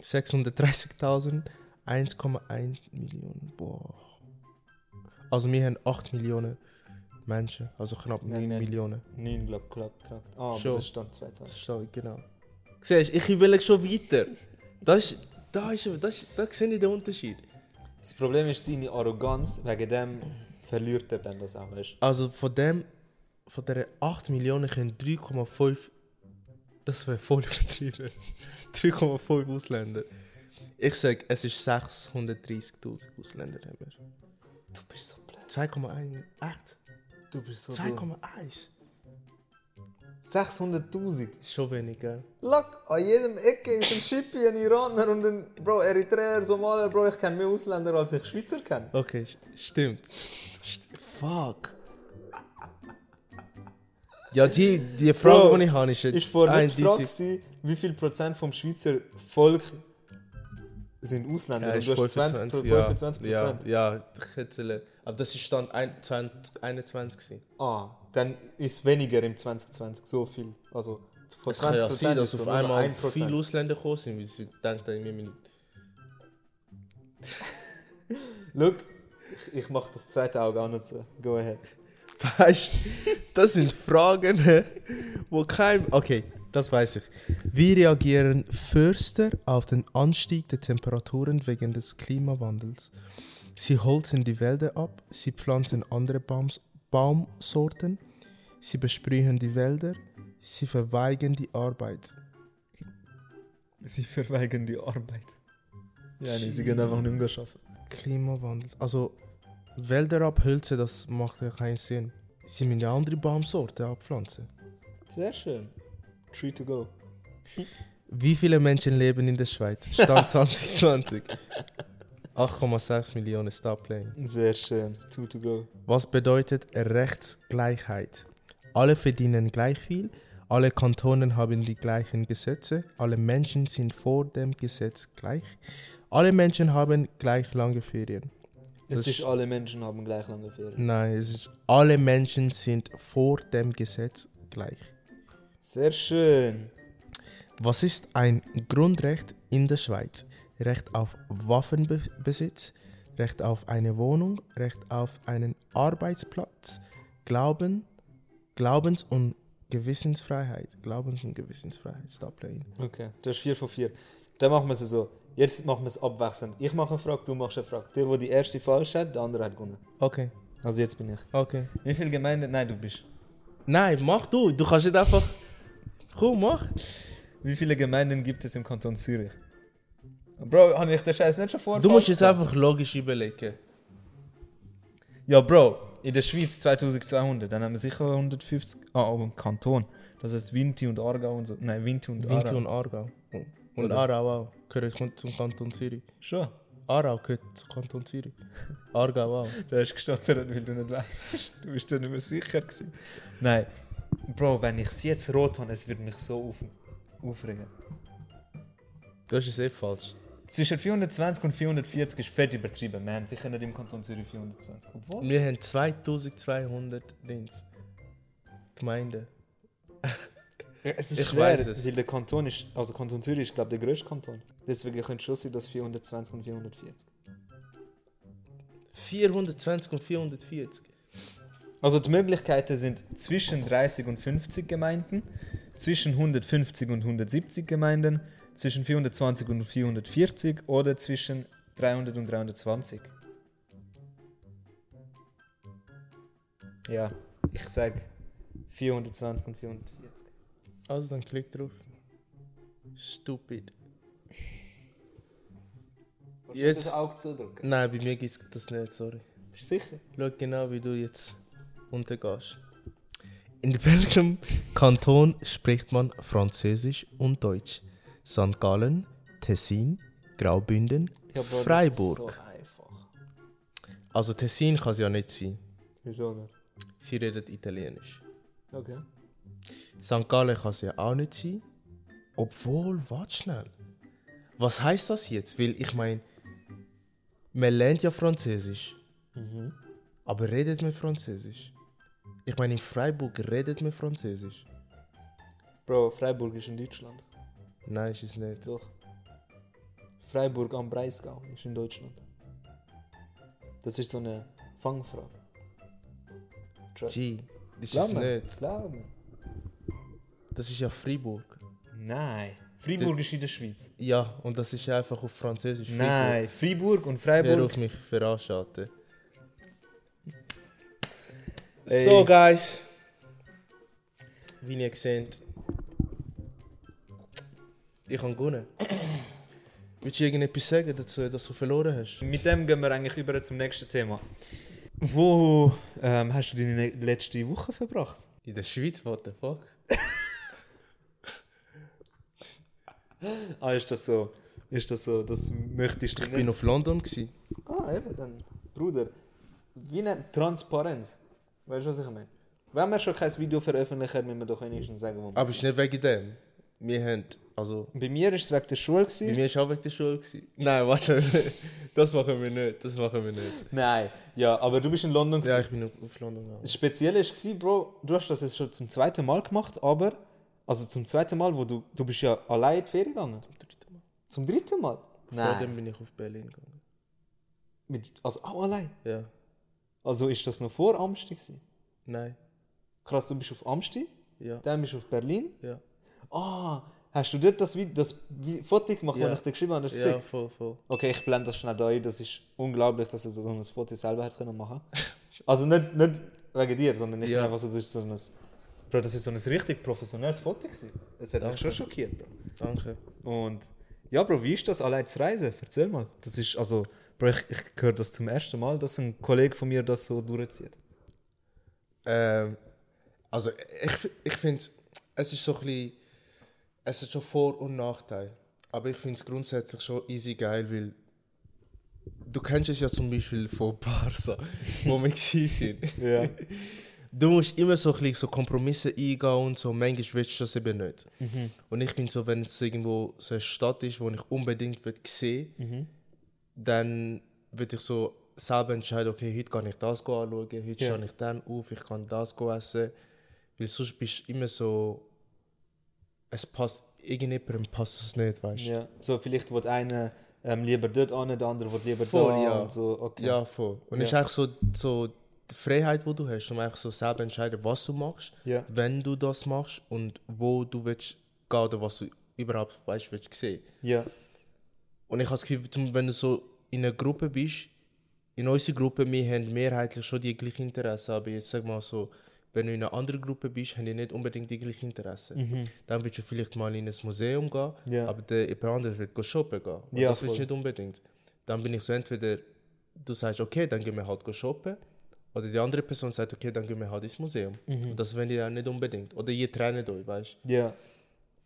630.000, 1,1 Millionen. Boah. Also, wir haben 8 Millionen Menschen, also knapp Nein, 9 nein. Millionen. Nein, glaub, glaub, glaub. Ah, aber Schon. das stand 22. Das ist so, genau. Siehst du, ich überlege schon weiter. Das ist, da ist, das ist, da sehe ich den Unterschied. Das Problem ist seine Arroganz, wegen dem verliert er dann das auch, weißt du? Also von dem, von der 8 Millionen können 3,5, das wäre voll übertrieben, 3,5 Ausländer. Ich sage, es ist 630'000 Ausländer haben wir. Du bist so blöd. 2,1, echt? Du bist so dumm. 2,1? 600.000. Ist schon wenig, gell? Look, an jedem Ecke ist ein Schippi, ein Iraner und ein Bro, Eritreer, Somalier, Bro, ich kenne mehr Ausländer, als ich Schweizer kenne. Okay, st- stimmt. St- Fuck. Ja, die, die Frage, Bro, die ich habe, ist, Ist vorhin die Frage, eindeutig. gewesen, wie viel Prozent vom Schweizer Volk sind Ausländer? Ja, Und ist Ähm, du hast 25, 20, ja. 25 Prozent. Ja, ja, ich hätte Aber das ist Stand ein- 20 21 gewesen. Ah, dann ist weniger im 2020 so viel. Also von Es kann 20 ja sein, Prozent dass ist so auf nur einmal 1 viele Ausländer gekommen sind, weil sie denken, wir müssen... Look, ich, ich mach das zweite Auge an und so. Go ahead. Weißt du, das sind Fragen, wo kein... Okay, das weiß ich. Wie reagieren Förster auf den Anstieg der Temperaturen wegen des Klimawandels? Sie holzen die Wälder ab, sie pflanzen andere Baums Baumsorten, sie besprühen die Wälder, sie verweigern die Arbeit. Sie verweigern die Arbeit. Ja, nee, sie Shit. gehen einfach nicht mehr arbeiten. Klimawandel. Also Wälder abholzen, das macht ja keinen Sinn. Sie müssen ja andere Baumsorten abpflanzen. Sehr schön. Three to go. Wie viele Menschen leben in der Schweiz? Stand 2020. 8,6 Millionen Stop playing. Sehr schön. Two to go. Was bedeutet Rechtsgleichheit? Alle verdienen gleich viel, alle Kantonen haben die gleichen Gesetze, alle Menschen sind vor dem Gesetz gleich, alle Menschen haben gleich lange Ferien. Es Das ist, ist- alle Menschen haben gleich lange Ferien. Nein, es ist alle Menschen sind vor dem Gesetz gleich. Sehr schön. Was ist ein Grundrecht in der Schweiz? Recht auf Waffenbesitz, Recht auf eine Wohnung, Recht auf einen Arbeitsplatz, Glauben, Glaubens- und Gewissensfreiheit. Glaubens- und Gewissensfreiheit. Stop playing. Okay, das ist 4 von 4. Dann machen wir es so. Jetzt machen wir es abwechselnd. Ich mache eine Frage, du machst eine Frage. Der, der die erste falsch hat, der andere hat gewonnen. Okay, Also jetzt bin ich. okay. Wie viele Gemeinden? Nein, du bist. Nein, mach du. Du kannst nicht einfach. Komm, mach. Wie viele Gemeinden gibt es im Kanton Zürich? Bro, habe ich den Scheiß nicht schon vor? Du musst jetzt falsch einfach logisch überlegen. gemacht? Ja, Bro, in der Schweiz 2200. Dann haben wir sicher 150. Ah, aber im Kanton. Das heißt Vinti und Aargau und so. Nein, Vinti und Aargau. Winti und Aargau. Und Oder? Aarau auch. Gehört zum Kanton Zürich. Schon. Aarau gehört zum Kanton Zürich. Aargau auch. Du hast gestottert, weil du nicht weißt. Du bist dir nicht mehr sicher gewesen. Nein. Bro, wenn ich es jetzt rot habe, es würde mich so auf aufregen. Das ist eh falsch. Zwischen 420 und 440 ist fett übertrieben. Wir haben sicher nicht im Kanton Zürich 420. Obwohl. Wir haben 2200 Dings. Gemeinden. Es ist Ich schwer, weiß es. weil der Kanton ist, also Kanton Zürich ist, glaube ich, der größte Kanton. Deswegen könnte es schon sein, dass 420 und 440. 420 und 440. Also die Möglichkeiten sind zwischen 30 und 50 Gemeinden, zwischen 150 und 170 Gemeinden, zwischen 420 und 440 oder zwischen 300 und 320. Ja, ich sage 420 und 440. Also dann klick drauf. Stupid. Kannst du Jetzt- das Auge zudrücken? Nein, bei mir gibt es das nicht, sorry. Bist du sicher? Schau genau, wie du jetzt untergehst. In welchem Kanton spricht man Französisch und Deutsch? St. Gallen, Tessin, Graubünden, Freiburg. Das ist so einfach. Also Tessin kann es ja nicht sein. Wieso nicht? Sie redet Italienisch. Okay. St. Gallen kann es ja auch nicht sein. Obwohl, warte schnell. Was heißt das jetzt? Weil ich meine, man lernt ja Französisch. Aber redet man Französisch? Ich meine, in Freiburg redet man Französisch. Bro, Freiburg ist in Deutschland. Nein, ist es nicht. Doch. Freiburg am Breisgau ist in Deutschland. Das ist so eine Fangfrage. Trust. G. Ist Glaub es mir, nicht. glaub mir. Das ist ja Freiburg. Nein. Freiburg ist in der Schweiz. Ja, und das ist einfach auf Französisch. Freiburg. Nein, Freiburg und Hör Freiburg. auf mich verarschen. Ey. So, guys. Wie ihr seht, ich kann gewonnen. Willst du irgendetwas sagen dazu, dass du verloren hast? Mit dem gehen wir eigentlich über zum nächsten Thema. Wo ähm, hast du deine ne- letzte Woche verbracht? In der Schweiz, what the fuck? Ah, ist das so? Ist das so? Das möchtest du Ich bin auf London. Gewesen. Ah, eben dann. Bruder, wie nennt Transparenz? Weißt du, was ich meine? Wenn wir schon kein Video veröffentlichen, müssen wir doch wenigstens sagen, wo wir Aber es ist nicht wegen dem. Wir haben, also, Bei mir war es wegen der Schule. bei Gewesen. mir war auch wegen der Schule. Gewesen. Nein, warte, das machen wir nicht, das machen wir nicht. Nein, ja, aber du bist in London. Ja, Ja. ich bin auf- auf London. gegangen. Das Spezielle war, Bro, du hast das jetzt schon zum zweiten Mal gemacht, aber... Also zum zweiten Mal, wo du... Du bist ja allein in die Ferien gegangen. Zum dritten Mal? Vor dem bin ich auf Berlin gegangen. Mit, also auch allein? Ja, Also ist das noch vor Amsti gewesen? nein, Krass, du bist auf Amsti, ja, dann bist du auf Berlin. ja. Ah, hast du dort das, Video, das Vi- Foto gemacht, Ja. das ich dir geschrieben habe? Das ist Ja, sick. voll, voll. Okay, ich blende das schnell da ein. Das ist unglaublich, dass er so ein Foto selber hat können machen Also nicht, nicht wegen dir, sondern ich Ja. meine einfach so, das ist so ein... Bro, das ist so ein richtig professionelles Foto gewesen. Das hat mich schon schockiert, Bro. Danke. Und ja, Bro, wie ist das, allein zu reisen? Erzähl mal. Das ist, also... Bro, ich, ich höre das zum ersten Mal, dass ein Kollege von mir das so durchzieht. Ähm, also ich, ich finde es, es ist so ein bisschen, es hat schon Vor- und Nachteil. Aber ich finde es grundsätzlich schon easy geil, weil du kennst es ja zum Beispiel von Barca, wo wir gewesen sind. Ja. Du musst immer so, ein bisschen so Kompromisse eingehen und so, manchmal willst du das eben nicht. Und ich bin so, wenn es irgendwo so eine Stadt ist, wo ich unbedingt will sehen dann würde ich so selber entscheiden, okay, heute kann ich das anschauen, heute Ja. schaue ich dann auf, ich kann das essen. Weil sonst bist du immer so, es passt, irgendjemandem passt es nicht, weißt du. ja. So, vielleicht will einer ähm, lieber dort an, der andere will lieber Voll, da ja. und so. Okay. Ja, voll. Und es ist eigentlich so, so die Freiheit, die du hast, um eigentlich so selber entscheiden, was du machst, Ja. wenn du das machst und wo du willst gehen oder was du überhaupt weißt, willst sehen. Ja. Und ich habe das Gefühl, zum- wenn du so in einer Gruppe bist, in unserer Gruppe, wir haben mehrheitlich schon die gleichen Interessen, aber jetzt sag mal so, wenn du in einer anderen Gruppe bist, haben die nicht unbedingt die gleichen Interessen. Dann willst du vielleicht mal in ein Museum gehen, Mhm. Ja. aber der jemand anderes wird go shoppen gehen. Und Ja, das willst voll. du nicht unbedingt. Dann bin ich so entweder, du sagst, okay, dann gehen wir halt go shoppen, oder die andere Person sagt, okay, dann gehen wir halt ins Museum. Mhm. Und das wollen die dann nicht unbedingt. Oder ihr trennt euch, weißt du. Ja.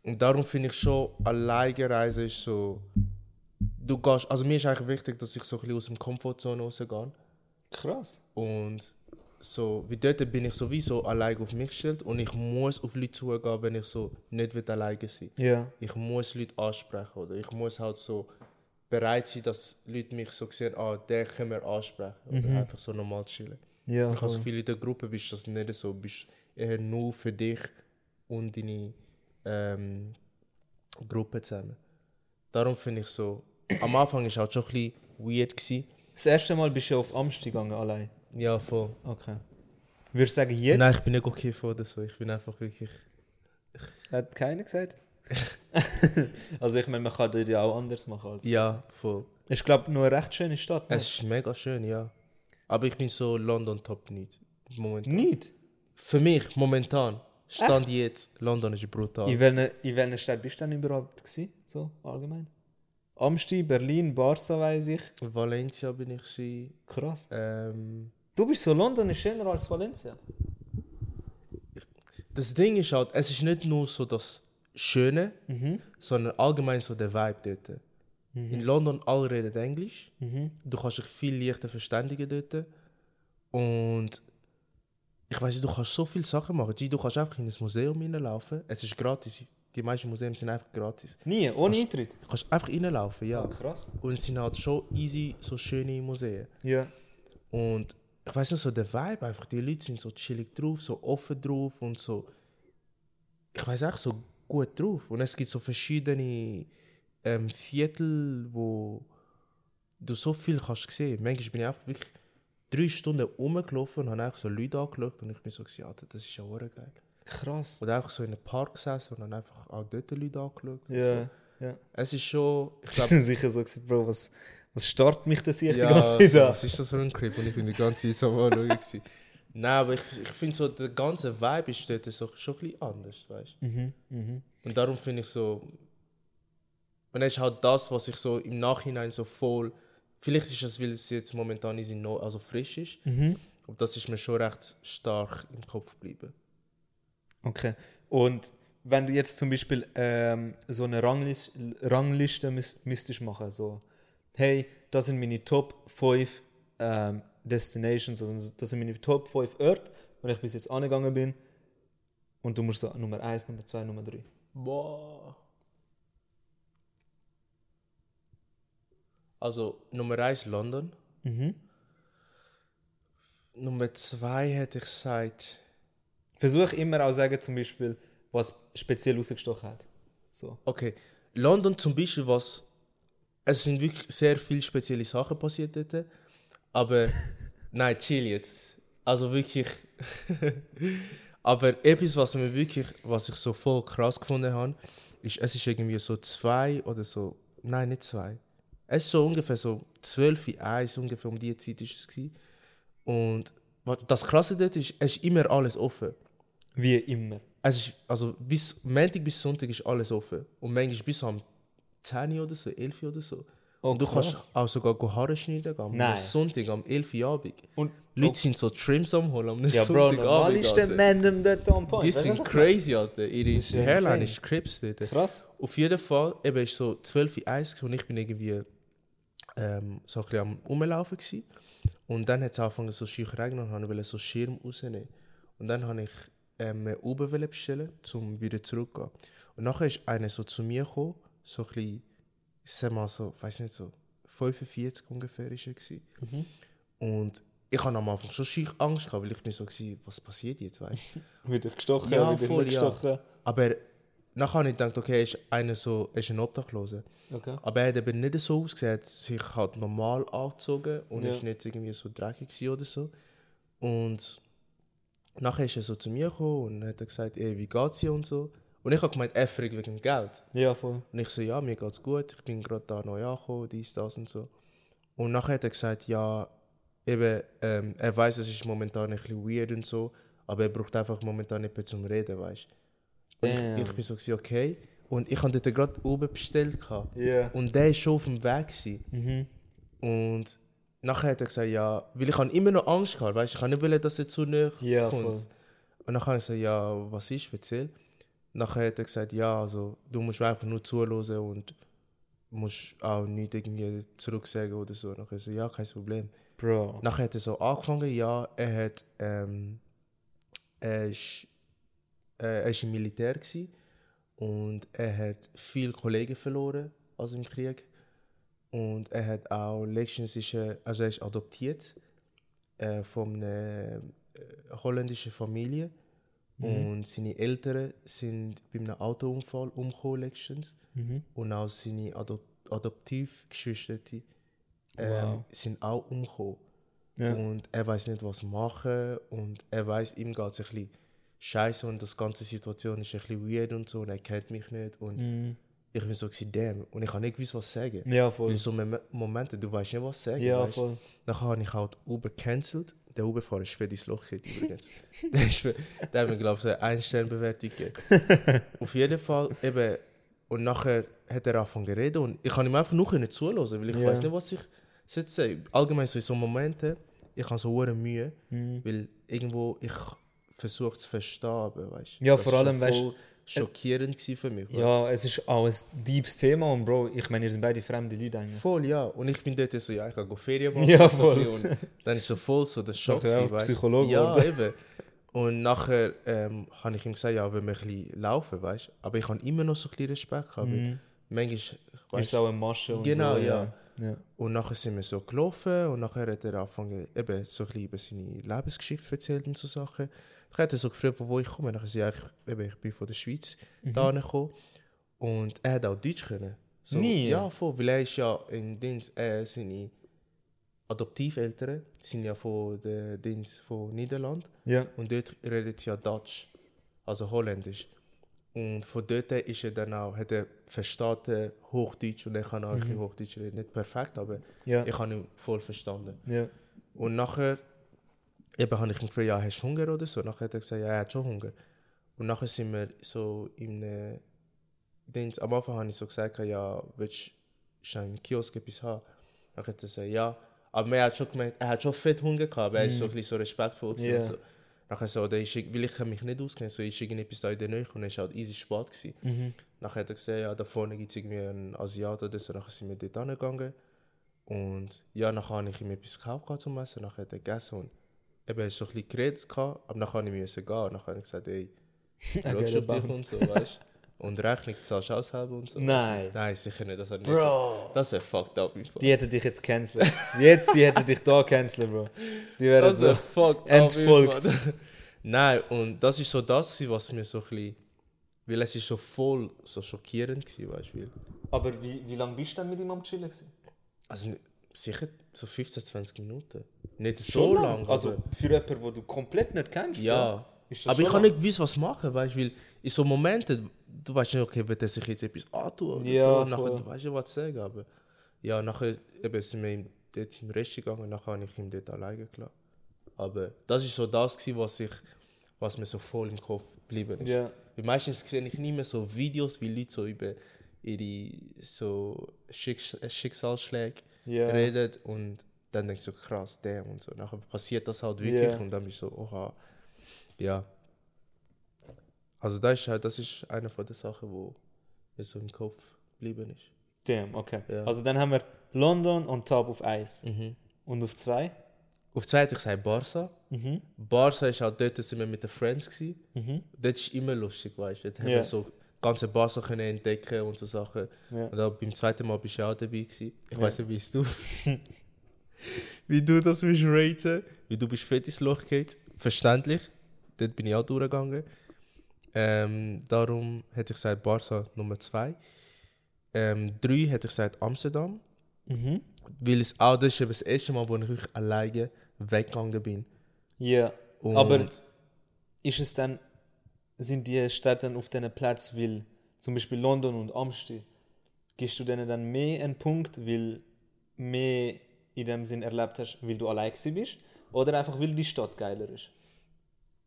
Und darum finde ich schon, alleine reisen ist so. Du gehst, also mir ist eigentlich wichtig, dass ich so ein bisschen aus dem Komfortzone rausgehe. Krass. Und so, wie dort bin ich sowieso allein auf mich gestellt und ich muss auf Leute zugehen, wenn ich so nicht will alleine sein Ja. Ich muss Leute ansprechen oder ich muss halt so bereit sein, dass Leute mich so sehen, ah, den können wir ansprechen. Oder einfach so normal chillen. Ja. Ich habe das Gefühl, in der Gruppe bist du das nicht so. Du bist eher nur für dich und deine ähm, Gruppen zusammen. Darum finde ich so, am Anfang war es halt schon ein bisschen weird. Gewesen. Das erste Mal bist du auf Amsterdam gegangen, allein. Ja, voll. Okay. Würdest du sagen, jetzt? Nein, ich bin nicht okay vor oder so. Ich bin einfach wirklich. Hat keiner gesagt? also ich meine, man kann das ja auch anders machen. Als Ja, voll. Ich glaube, nur eine recht schöne Stadt. Ne? Es ist mega schön, ja. Aber ich bin so London top nicht. Moment. Nicht? Für mich momentan, Stand jetzt, London ist brutal. In welcher, in welcher Stadt bist du denn überhaupt gewesen? So, allgemein? Amsti, Berlin, Barca weiß ich. Valencia bin ich gsi. Krass. Ähm, Du bist so, London ist schöner als Valencia. das Ding ist halt, es ist nicht nur so das Schöne, sondern allgemein so der Vibe dort. In London alle reden Englisch. Du kannst dich viel leichter verständigen dort. Und ich weiß nicht, du kannst so viele Sachen machen. G, Du kannst einfach in ein Museum reinlaufen. Es ist gratis. Die meisten Museen sind einfach gratis. Nie, ohne Eintritt. Du kannst einfach reinlaufen, ja. Krass. Und es sind halt schon easy so schöne Museen. Ja. Und ich weiß nicht, so der Vibe einfach, die Leute sind so chillig drauf, so offen drauf und so, ich weiß auch, so gut drauf. Und es gibt so verschiedene ähm, Viertel, wo du so viel kannst sehen. Manchmal bin ich einfach wirklich drei Stunden rumgelaufen und habe einfach so Leute angeschaut und ich bin so gesagt, Alter, das ist ja auch geil. Krass. Oder einfach so in einem Park gesessen und dann einfach auch dort Leute angeschaut. und So. Ja. ja. Es ist schon, ich Ich glaube, bin sicher so gewesen, Bro, was, was starrt mich das hier die Ja, ganze Zeit so, an? was ist das für ein Clip? Und ich bin die ganze Zeit so mal ruhig. gewesen. Nein, aber ich, ich finde so, der ganze Vibe ist dort so, schon ein bisschen anders, weißt du? Mhm, mhm. Und darum finde ich so. Und das ist halt das, was ich so im Nachhinein so voll. Vielleicht ist das, weil es jetzt momentan easy no, also frisch ist. Aber das ist mir schon recht stark im Kopf geblieben. Okay. Und wenn du jetzt zum Beispiel ähm, so eine Ranglis Rangliste müß- müsstest machen, so, hey, das sind meine Top 5 ähm, Destinations, also das sind meine Top 5 Orte, wo ich bis jetzt angegangen bin. Und du musst so Nummer 1, Nummer 2, Nummer 3. Boah. Also Nummer 1 London. Mhm. Nummer 2 hätte ich gesagt. Versuche immer auch sagen, zum Beispiel, was speziell rausgestochen hat. So. Okay, London zum Beispiel, was. Es sind wirklich sehr viele spezielle Sachen passiert dort. Aber. nein, chill jetzt. Also wirklich. aber etwas, was mir wirklich. Was ich so voll krass gefunden habe, ist, es ist irgendwie so zwei oder so. Nein, nicht zwei. Es ist so ungefähr so 12 in 1, ungefähr um die Zeit ist es. Gewesen. Und was- das Krasse dort ist, es ist immer alles offen. Wie immer. Es ist, also bis Montag bis Sonntag ist alles offen. Und manchmal bis am 10 Uhr oder so, 11 Uhr oder so. Oh, und du krass. kannst auch sogar go Haare schneiden gehen. Am Nein. Sonntag, am 11 Uhr Abend. Und oh. Leute sind so Trims am holen am ja, Bro, Sonntagabend. normal ist der Alter. Mandem dort on point. Die Weißt du, sind was ich crazy, Alter. Ihre ja Hairline insane. ist Crips, Alter. meine? Krass. Auf jeden Fall, eben es war so 12 Uhr 1 und ich bin irgendwie ähm, so ein bisschen am Rumlaufen. Gewesen. Und dann hat es angefangen so schön zu regnen und ich wollte so Schirm rausnehmen. Und dann habe ich ähm, einen Uber wollen bestellen, um wieder zurückzugehen. Und nachher ist einer so zu mir gekommen, so ein bisschen, ich sag mal so, weiß nicht so, 45 ungefähr war er. Gewesen. Und ich hatte am Anfang schon schier Angst, gehabt, weil ich mir so war, was passiert jetzt, weißt du? Wieder gestochen, Ja, wieder voll, ja. gestochen. Aber nachher habe ich gedacht, okay, er ist einer so, er ist ein Obdachloser. Okay. Aber er hat eben nicht so ausgesehen, er hat sich halt normal angezogen und Ja. ist nicht irgendwie so dreckig gewesen oder so. Und nachher ist er so zu mir gekommen und hat gesagt, ey, wie geht's dir und so. Und ich habe gemeint, er fragt wegen dem Geld. Ja, voll. Und ich so, ja, mir geht's gut, ich bin gerade da neu angekommen, dies, das und so. Und nachher hat er gesagt, ja, eben, ähm, er weiß, es ist momentan ein bisschen weird und so, aber er braucht einfach momentan jemanden zum Reden, weißt du. Und Damn. ich, ich bin so, gewesen, okay. Und ich habe dort gerade oben bestellt. Gehabt. Ja. Und der war schon auf dem Weg. Gewesen. Mhm. Und nachher hat er gesagt, ja, weil ich habe immer noch Angst gehabt, weißt, ich kann nicht wollen, dass er zu näher Ja, kommt. voll. Und dann habe ich gesagt, ja, was ist speziell? Nachher hat er gesagt, ja, also du musst mir einfach nur zuhören und musst auch nichts irgendwie zurücksagen oder so. Nachher so, ja, kein Problem. Bro. Nachher hat er so angefangen, ja, er hat, ähm, er ist, äh, er ist im Militär gsi und er hat viele Kollegen verloren, also im Krieg. Und er hat auch, letztens ist er, also er ist eh, adoptiert äh, von einer äh, holländischen Familie Und seine Eltern sind bei einem Autounfall umgekommen letztens. Mhm. Und auch seine Adop Adoptivgeschwister ähm, Wow. sind auch umgekommen. Ja. Und er weiß nicht, was machen. Und er weiß, ihm geht es ein bisschen scheiße und das ganze Situation ist ein bisschen weird und so. Und er kennt mich nicht. Mhm. Und ich bin so, gewesen, damn. Und ich habe nicht gewusst, was sagen. Ja, voll. In so Mom- Momenten, du weißt nicht, was sagen. Mhm. Ja, weißt? voll. Dann habe ich halt Uber gecancelt. Der Uberfahrer ist für dein Loch gegangen, übrigens. der, ist für, der hat mir, glaube ich, so eine Einsternbewertung gegeben. Auf jeden Fall eben. Und nachher hat er angefangen zu reden und ich kann ihm einfach nur nicht zuhören, weil ich Ja. weiß nicht, was ich sollte sagen Allgemein so in so Momenten, ich habe so hohe Mühe, Mhm. weil irgendwo ich versuche zu verstehen, aber weißt Ja, das vor ist allem, schon weißt- äh, voll schockierend gewesen für mich. Ja, es ist auch ein deepes Thema und Bro, ich meine, ihr sind beide fremde Leute eigentlich. Voll, ja. Und ich bin dort so, ja, ich kann Ferien machen. Ja, voll. Und dann ist so voll so der Schock. Nachher auch gewesen, weisst. Psychologe Ja, geworden. eben. Und nachher ähm, habe ich ihm gesagt, ja, wenn wir ein bisschen laufen, weißt Aber ich habe immer noch so ein bisschen Respekt gehabt. Mhm. weil Manchmal, Ist weißt auch eine Masche und Genau, so. ja. ja. Und nachher sind wir so gelaufen und nachher hat er angefangen, eben so ein bisschen über seine Lebensgeschichte erzählt und so Sachen. Ich hatte so gefragt, von wo ich komme. Nachher sagte ich, eben, ich bin von der Schweiz da gekommen. Und er hat auch Deutsch können. So, Nie? Ja, voll, weil er ist ja in Dins, äh, seine Adoptiveltern sind ja von der Dins von Niederland. Ja. Und dort redet sie ja Deutsch, also Holländisch. Und von dort her ist er dann auch, hat er versteht er Hochdeutsch und er kann auch ein bisschen Hochdeutsch reden. Nicht perfekt, aber Ja. ich habe ihn voll verstanden. Ja. Und nachher eben habe ich ihn gefragt, ja, hast du Hunger oder so? Nachher hat er gesagt, ja, er hat schon Hunger. Und nachher sind wir so in einem Dings. Am Anfang habe ich so gesagt, ja, willst du einen Kiosk etwas haben? Nachher hat er gesagt, ja. Aber er hat schon gemerkt, er hat schon fett Hunger gehabt, aber er ist so ein bisschen so respektvoll. gewesen Mhm. Ja. und So. Nachher so, der ist, irg- weil ich kann mich nicht auskennen, so ist irgendetwas da in der Nähe und es war halt easy spät. Gewesen. Mhm. Nachher hat er gesagt, ja, da vorne gibt es irgendwie einen Asiaten oder so. Nachher sind wir dort angegangen. Und ja, nachher habe ich ihm etwas gekauft gehabt zum Essen, nachher hat er gegessen und eben er hat so ein bisschen geredet, gehabt, aber nachher musste ich müssen gehen. Nachher habe ich gesagt, ey, schaust du auf dich und so, weißt du? Und Rechnung zahlst du auch selber und so. Nein. Nein, sicher nicht, das hat nicht. Bro. Das wäre fucked up. im Fall. Die hätten dich jetzt canceln. Jetzt, die hätten dich da canceln, Bro. Die wären Das so. wär fucked up, entfolgt. Mann. Nein, und das ist so das, gewesen, was mir so ein bisschen. Weil es ist so voll so schockierend war, weißt du? weil- Aber wie, wie lange bist du denn mit ihm am Chillen? gewesen? Also nicht- sicher so 15, 20 Minuten. Nicht Schon so lang? lang. Also aber- für jemanden, den du komplett nicht kennst? ja. Ist das Aber ich schon habe nicht gewusst, was machen, weißt du? Weil in so Momenten, du weißt nicht, okay, wird er sich jetzt etwas antun oder Ja, so. Und Nachher, voll. du weißt ja, was zu sagen. Aber ja, nachher eben, sind wir ihm dort im Rest gegangen und nachher habe ich ihn dort alleine gelassen. Aber das war so das, gewesen, was, ich, was mir so voll im Kopf geblieben ist. Ja. Weil meistens sehe ich nicht mehr so Videos, wie Leute so über ihre so Schicks Schicksalsschläge Ja. reden und dann denkst du so krass, damn und so. Nachher passiert das halt wirklich Ja. und dann bist du so, oha. Ja. Also das ist, halt, das ist eine von den Sachen, wo mir so im Kopf geblieben ist. Damn, okay. Ja. Also dann haben wir London on top auf 1. Und auf 2? Auf zwei hätte ich gesagt Barca. Mhm. Barca ist halt dort, sind wir mit den Friends gsi. Dort ist immer lustig, weißt du. Dort haben Ja. wir so ganze Barca können entdecken und so Sachen. Ja. Und auch beim zweiten Mal bist du auch dabei gsi. Ich weiß nicht, wie es du, wie du das willst raten, wie du bist fett ins Loch geht. Verständlich. Dort bin ich auch durchgegangen. Ähm, darum hätte ich gesagt Barca Nummer zwei. Ähm, drei hätte ich gesagt Amsterdam. Mhm. Weil es auch das ist eben das erste Mal, wo ich wirklich alleine weggegangen bin. Ja. Und- Aber ist es dann, sind die Städte dann auf diesen Platz, weil zum Beispiel London und Amsterdam, gibst du denen dann mehr einen Punkt, weil mehr in dem Sinn erlebt hast, weil du allein gewesen bist? Oder einfach, weil die Stadt geiler ist?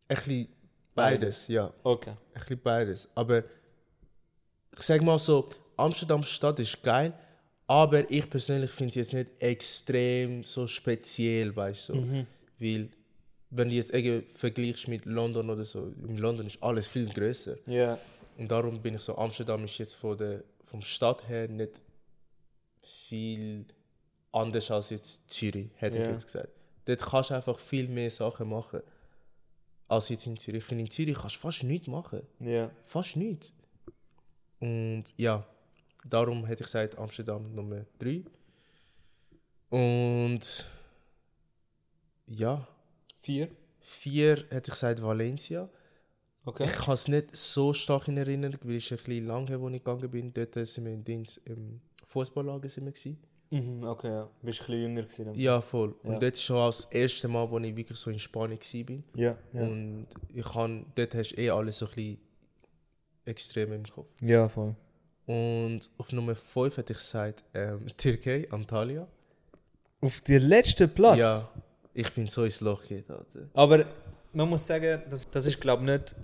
Ein bisschen beides, ja. Ein Okay. bisschen beides. Aber ich sage mal so, Amsterdam Stadt ist geil, aber ich persönlich finde sie jetzt nicht extrem so speziell, weißt du. So. Weil, wenn du jetzt irgendwie vergleichst mit London oder so, in London ist alles viel größer. Ja. Und darum bin ich so, Amsterdam ist jetzt von der vom Stadt her nicht viel anders als jetzt Zürich, hätte Ja. ich jetzt gesagt. Dort kannst du einfach viel mehr Sachen machen als jetzt in Zürich. Ich finde, in Zürich kannst du fast nichts machen. Ja. Fast nichts. Und ja, darum hätte ich gesagt, Amsterdam Nummer 3. Und ja, Vier? Vier hätte ich gesagt Valencia. Okay. Ich habe es nicht so stark in Erinnerung, weil es ein bisschen lange her, wo ich gegangen bin. Dort äh, sind wir im Dienst im Fußballlager sind wir gewesen. Mhm, okay, ja. Du bist ein bisschen jünger gewesen. dann. Ja, voll. Ja. Und dort ist schon auch das erste Mal, wo ich wirklich so in Spanien war. Ja, ja. Und ich kann, dort hast du eh alles so ein bisschen extrem im Kopf. ja voll. Und auf Nummer 5 hätte ich gesagt, ähm, Türkei, Antalya. Auf den letzten Platz? Ja, ich bin so ins Loch gegangen. Alter. Aber man muss sagen, das, das ist glaube nicht...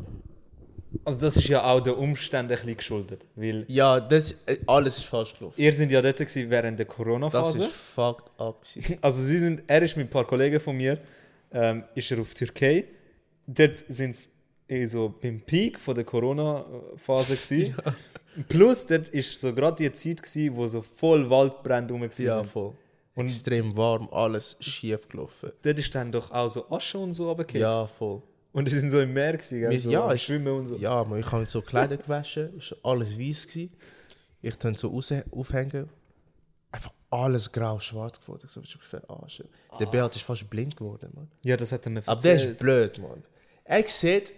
Also das ist ja auch den Umständen ein bisschen geschuldet, weil Ja, das, äh, alles ist falsch gelaufen. ihr sind ja dort gewesen während der Das Corona-Phase. ist fucked up. gewesen. Also sie sind, er ist mit ein paar Kollegen von mir, ähm, ist er auf Türkei. Dort sind sie eh so beim Peak von der Corona-Phase gsi. Plus dort ist so gerade die Zeit gsi, wo so voll Waldbrände rum gsi ja, sind. voll. Extrem warm, alles schief gelaufen. Dort ist dann doch auch so Asche und so runtergefallen. Ja, voll. Und die sind so im Meer gsi, gell? Wir- So ja, Also, am ist- schwimmen und so. Ja, man, ich habe so Kleider gewaschen, ist alles weiß gsi. Ich dann so raus aufhängen, einfach alles grau-schwarz geworden. Ich so, willst du mich verarschen? Der Ah. Beat ist fast blind geworden, Mann. Ja, das hat er mir Aber der ist erzählt. Ah, blöd, Mann. Er sieht,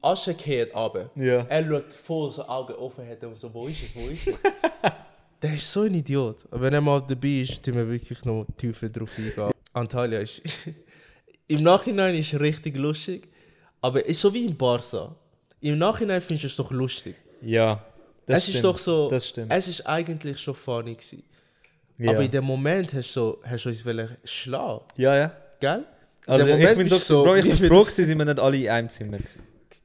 Asche kehrt runter. Ja. Er schaut voll so Augen offen hat und so, wo ist es, wo ist es? der ist so ein Idiot. Aber wenn er mal dabei ist, tun wir wirklich noch tiefer drauf eingehen. Antalya ist... Im Nachhinein ist richtig lustig, aber ist so wie in Barca. Im Nachhinein findest du es doch lustig. Ja, das es stimmt. ist doch so... Das stimmt. Es ist eigentlich schon funny gewesen. ja. Aber in dem Moment hast du, so, hast du uns wollen schlagen, ja, ja. gell? In Also dem ich Moment bin bist doch du so, Bro, ich bin wie wenn froh du- gewesen, sind wir nicht alle in einem Zimmer gewesen.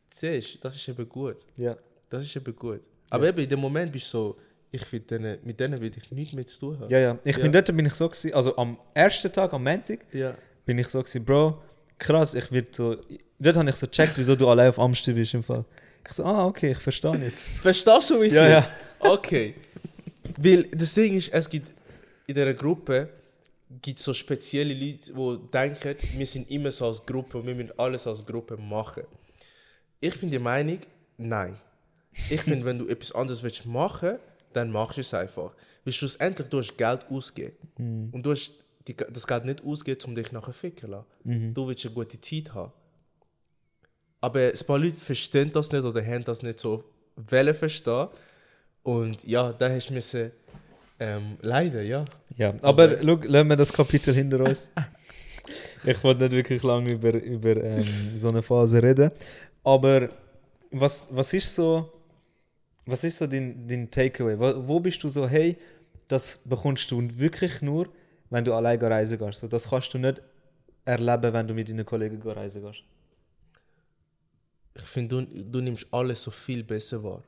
Siehst, das ist eben gut. Ja. Das ist eben gut. Aber eben in dem Moment bist du so, ich will denen, mit denen will ich nichts mehr zu tun haben. Ja, ja. Ich bin Ja. dort bin ich so gewesen, also am ersten Tag, am Montag, ja. bin ich so gewesen, Bro, krass, ich werde so. Dort habe ich so gecheckt, wieso du allein auf Amsterdam bist im Fall. Ich so, ah, okay, ich verstehe jetzt. Verstehst du mich Ja, ja. jetzt? Okay. Weil das Ding ist, es gibt in dieser Gruppe gibt so spezielle Leute, die denken, wir sind immer so als Gruppe und wir müssen alles als Gruppe machen. Ich bin der Meinung, nein. Ich finde, wenn du etwas anderes willst machen, dann machst du es einfach. Weil schlussendlich du hast Geld ausgegeben. Mhm. Und du hast die, das Geld nicht ausgegeben, um dich nachher ficken zu lassen. Mhm. Du willst eine gute Zeit haben. Aber ein paar Leute verstehen das nicht oder haben das nicht so wollen verstehen. Und ja, da hast du müssen, ähm, leiden, ja. Ja, aber schau, lassen wir das Kapitel hinter uns. ich wollte nicht wirklich lange über, über ähm, so eine Phase reden. Aber was, was ist so. Was ist so dein, dein Takeaway? Wo, wo bist du so, hey, das bekommst du wirklich nur, wenn du allein reisen gehst? So, das kannst du nicht erleben, wenn du mit deinen Kollegen reisen gehst. Ich finde, du, du nimmst alles so viel besser wahr.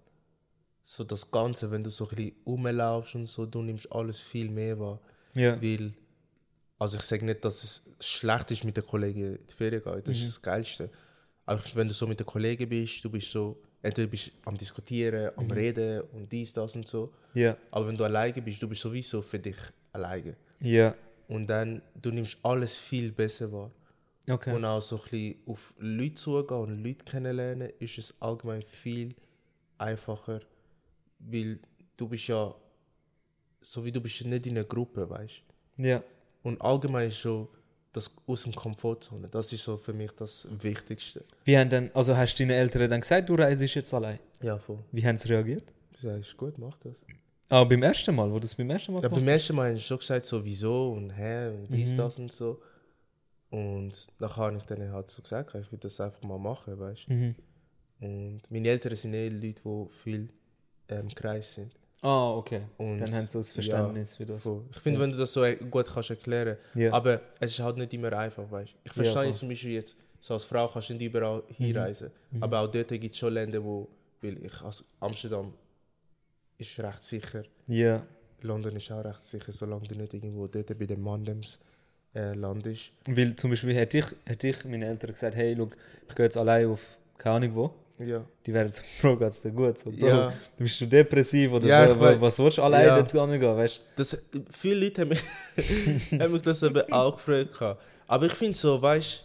So das Ganze, wenn du so ein bisschen rumlaufst und so, du nimmst alles viel mehr wahr. Ja. Weil, also ich sage nicht, dass es schlecht ist, mit den Kollegen in die Ferien zu gehen. Das ist das Geilste. Aber ich find, wenn du so mit den Kollegen bist, du bist so, entweder du bist am Diskutieren, am Reden und dies, das und so. Ja. Aber wenn du alleine bist, du bist sowieso für dich alleine. Ja. Und dann, du nimmst alles viel besser wahr. Okay. Und auch so ein bisschen auf Leute zugehen und Leute kennenlernen, ist es allgemein viel einfacher, weil du bist ja, so wie du bist nicht in einer Gruppe, weißt ja. Und allgemein ist so das aus dem Komfortzone, das ist so für mich das Wichtigste. Wie haben denn, also hast du deinen Eltern dann gesagt, du reist jetzt allein? Ja, voll. Wie haben sie reagiert? Du sagst, gut, mach das. Ah, beim ersten Mal, wo du es beim ersten Mal Ja, gemacht beim ersten Mal habe ich schon gesagt, so wieso und hä und Mhm. dies, das und so. Und nachher habe ich dann halt so gesagt, ich will das einfach mal machen, weißt du. Mhm. Und meine Eltern sind eh Leute, die viel ähm, Kreis sind. Ah, okay. Und Dann haben sie so ein Verständnis für das. Voll. Ich finde, wenn du das so äh, gut kannst erklären Ja. aber es ist halt nicht immer einfach, weißt du. Ich verstehe voll. Mhm. jetzt zum Beispiel jetzt, so als Frau kannst du nicht überall hinreisen, aber auch dort gibt es schon Länder, wo, weil ich, also Amsterdam ist recht sicher. Ja. London ist auch recht sicher, solange du nicht irgendwo dort bei den Mandems äh, landest. Weil zum Beispiel hätte ich, hätte ich meinen Eltern gesagt, hey, look, ich gehe jetzt allein auf keine Ahnung wo. Ja. Die wären so, Bro, geht's dir gut? So, Bro, Ja. du bist du depressiv oder Ja, bro, ich bro, weiß. was willst du allein Ja. dort hingehen, weißt du? Das, viele Leute haben mich, haben mich das eben auch gefragt. gehabt. Aber ich finde so, weißt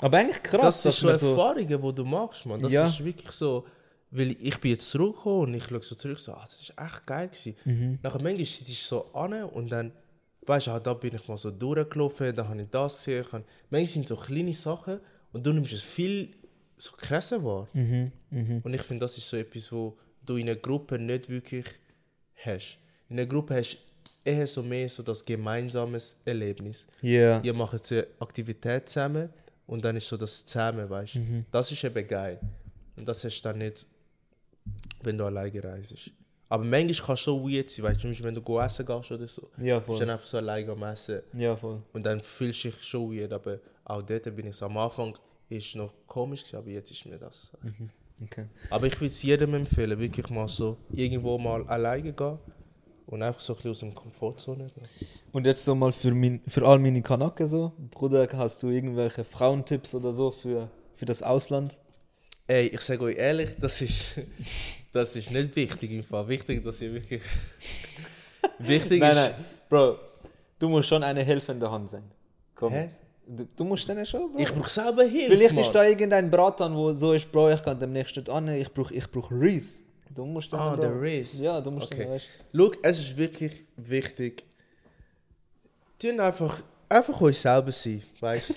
Aber eigentlich du, krass, das sind dass so man so... Erfahrungen, die du machst, man. Das Ja. ist wirklich so, weil ich bin jetzt zurückgekommen und ich schaue so zurück, so, ah, das ist echt geil gewesen. Mhm. Nachher manchmal sitzt du so an und dann, weißt du, ah, da bin ich mal so durchgelaufen, da habe ich das gesehen. Ich hab, manchmal sind so kleine Sachen und du nimmst es viel so krasse war. Mhm. Mhm. Und ich finde, das ist so etwas, wo du in einer Gruppe nicht wirklich hast. In einer Gruppe hast du eher so mehr so das gemeinsames Erlebnis. Yeah. Ihr macht jetzt eine Aktivität zusammen und dann ist so das zusammen, weißt du. Mhm. Das ist eben geil. Und das hast du dann nicht, wenn du alleine reist. Aber manchmal kannst du so weird sein, weißt du, zum Beispiel, wenn du go essen gehst oder so. Ja, Bist dann voll. einfach so alleine am Essen. Ja, voll. Und dann fühlst du dich schon weird, aber auch dort bin ich so. Am Anfang ist noch komisch, gewesen, aber jetzt ist mir das. Mhm. Okay. Aber ich würde es jedem empfehlen, wirklich mal so irgendwo mal alleine gehen und einfach so ein bisschen aus dem Komfortzone gehen. Und jetzt so mal für, mein, für all meine Kanaken so. Bruder, hast du irgendwelche Frauentipps oder so für, für das Ausland? Ey, ich sage euch ehrlich, das ist, das ist nicht wichtig im Fall. Wichtig, dass ihr wirklich. wichtig Nein, ist. nein, Bro, du musst schon eine helfende Hand sein. Komm Hä? jetzt. Du, du musst dann schon, Bro. Ich brauche selber Hilfe. Vielleicht Mann. ist da irgendein Bratan, wo so ist, Bro, ich kann demnächst nicht an, ich brauche ich brauch Reis. Du musst dann, Ah, Bro. der Reis. Ja, du musst Okay. dann, weißt du. Schau, es ist wirklich wichtig. Tun einfach, einfach euch selber sein, weißt du?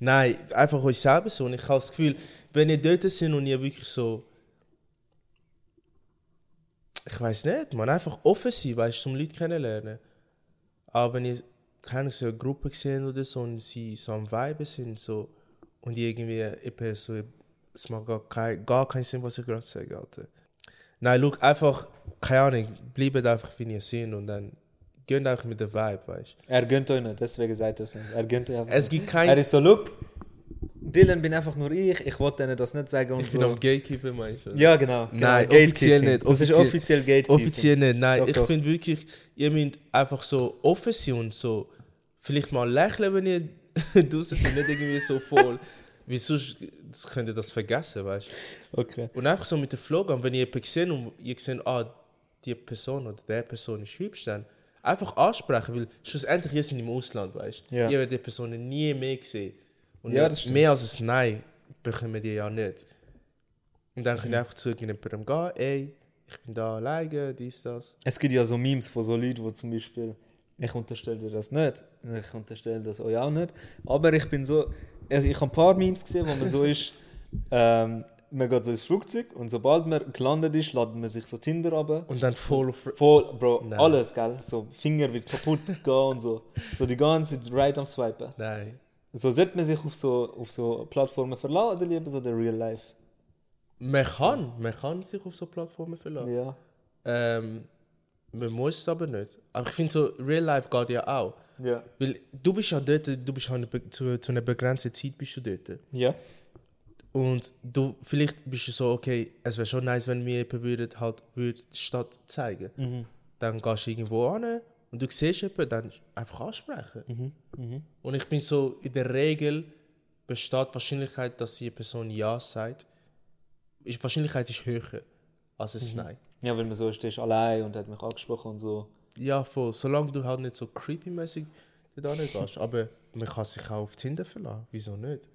Nein, einfach euch selber sein. Und ich habe das Gefühl, wenn ihr dort seid und ihr wirklich so. Ich weiß nicht, man, einfach offen sein, weißt du, um Leute kennenlernen. Aber wenn ihr keine so eine Gruppe gesehen oder so und sie so am Vibe sind so, und irgendwie eben so. Es macht gar, kein, gar keinen Sinn, was ich gerade sage, Alter. Nein, look, einfach, keine Ahnung, bleibt einfach, wie ihr seid und dann geht einfach mit dem Vibe, weißt du. Er gönnt euch nicht, deswegen sagt er es nicht. Er gönnt euch einfach Es nicht. gibt kein. Er ist so, look, Dylan bin einfach nur ich, ich wollte denen das nicht sagen und ich bin so. am Gatekeeper, meinst du? Ja, genau. genau. Nein, offiziell Gatekeeping. nicht, Das ist offiziell- offiziell Gatekeeping. Offiziell nicht, nein. Doch, ich doch. finde wirklich, ihr müsst einfach so offen sein und so vielleicht mal lächeln, wenn ihr draußen seid, nicht irgendwie so voll. Weil sonst könnt ihr das vergessen, weißt du. Okay. Und einfach so mit dem Flow gehen, wenn ihr jemanden seht und ihr seht, ah, die Person oder der Person ist hübsch, dann einfach ansprechen, weil schlussendlich ihr seid im Ausland, weißt du. Ja. Ihr werdet die Person nie mehr sehen. Und Ja, das stimmt. mehr als ein Nein bekommen die ja nicht. Und dann könnt Mhm. ihr einfach zu irgendjemandem gehen, ey, ich bin da alleine, dies, das. Es gibt ja so Memes von so Leuten, wo zum Beispiel, ich unterstelle dir das nicht, ich unterstelle das euch auch nicht, aber ich bin so, also ich habe ein paar Memes gesehen, wo man so ist, ähm, man geht so ins Flugzeug und sobald man gelandet ist, laden man sich so Tinder runter. Und dann voll auf... Voll, Bro, Nein. alles, gell? So Finger wird kaputt gehen und so. So die ganze Zeit right am Swipen. Nein. So sollte man sich auf so, auf so Plattformen verlassen oder lieber so der Real Life? Man kann, man kann sich auf so Plattformen verlassen. Ja. Ähm, man muss es aber nicht. Aber ich finde so, Real Life geht ja auch. Ja. Weil du bist ja dort, du bist ja eine be- zu, zu einer begrenzten Zeit bist du dort. Ja. Und du, vielleicht bist du so, okay, es wäre schon nice, wenn mir jemand würde, halt würde die Stadt zeigen Dann gehst du irgendwo an und du siehst jemanden, dann einfach ansprechen. Und ich bin so, in der Regel besteht die Wahrscheinlichkeit, dass die Person Ja sagt, ist, die Wahrscheinlichkeit ist höher als ein Nein. Ja, weil man so ist, der ist allein und hat mich angesprochen und so. Ja, voll. Solange du halt nicht so creepy-mäßig da gehst. Aber man kann sich auch auf Tinder verlassen. Wieso nicht?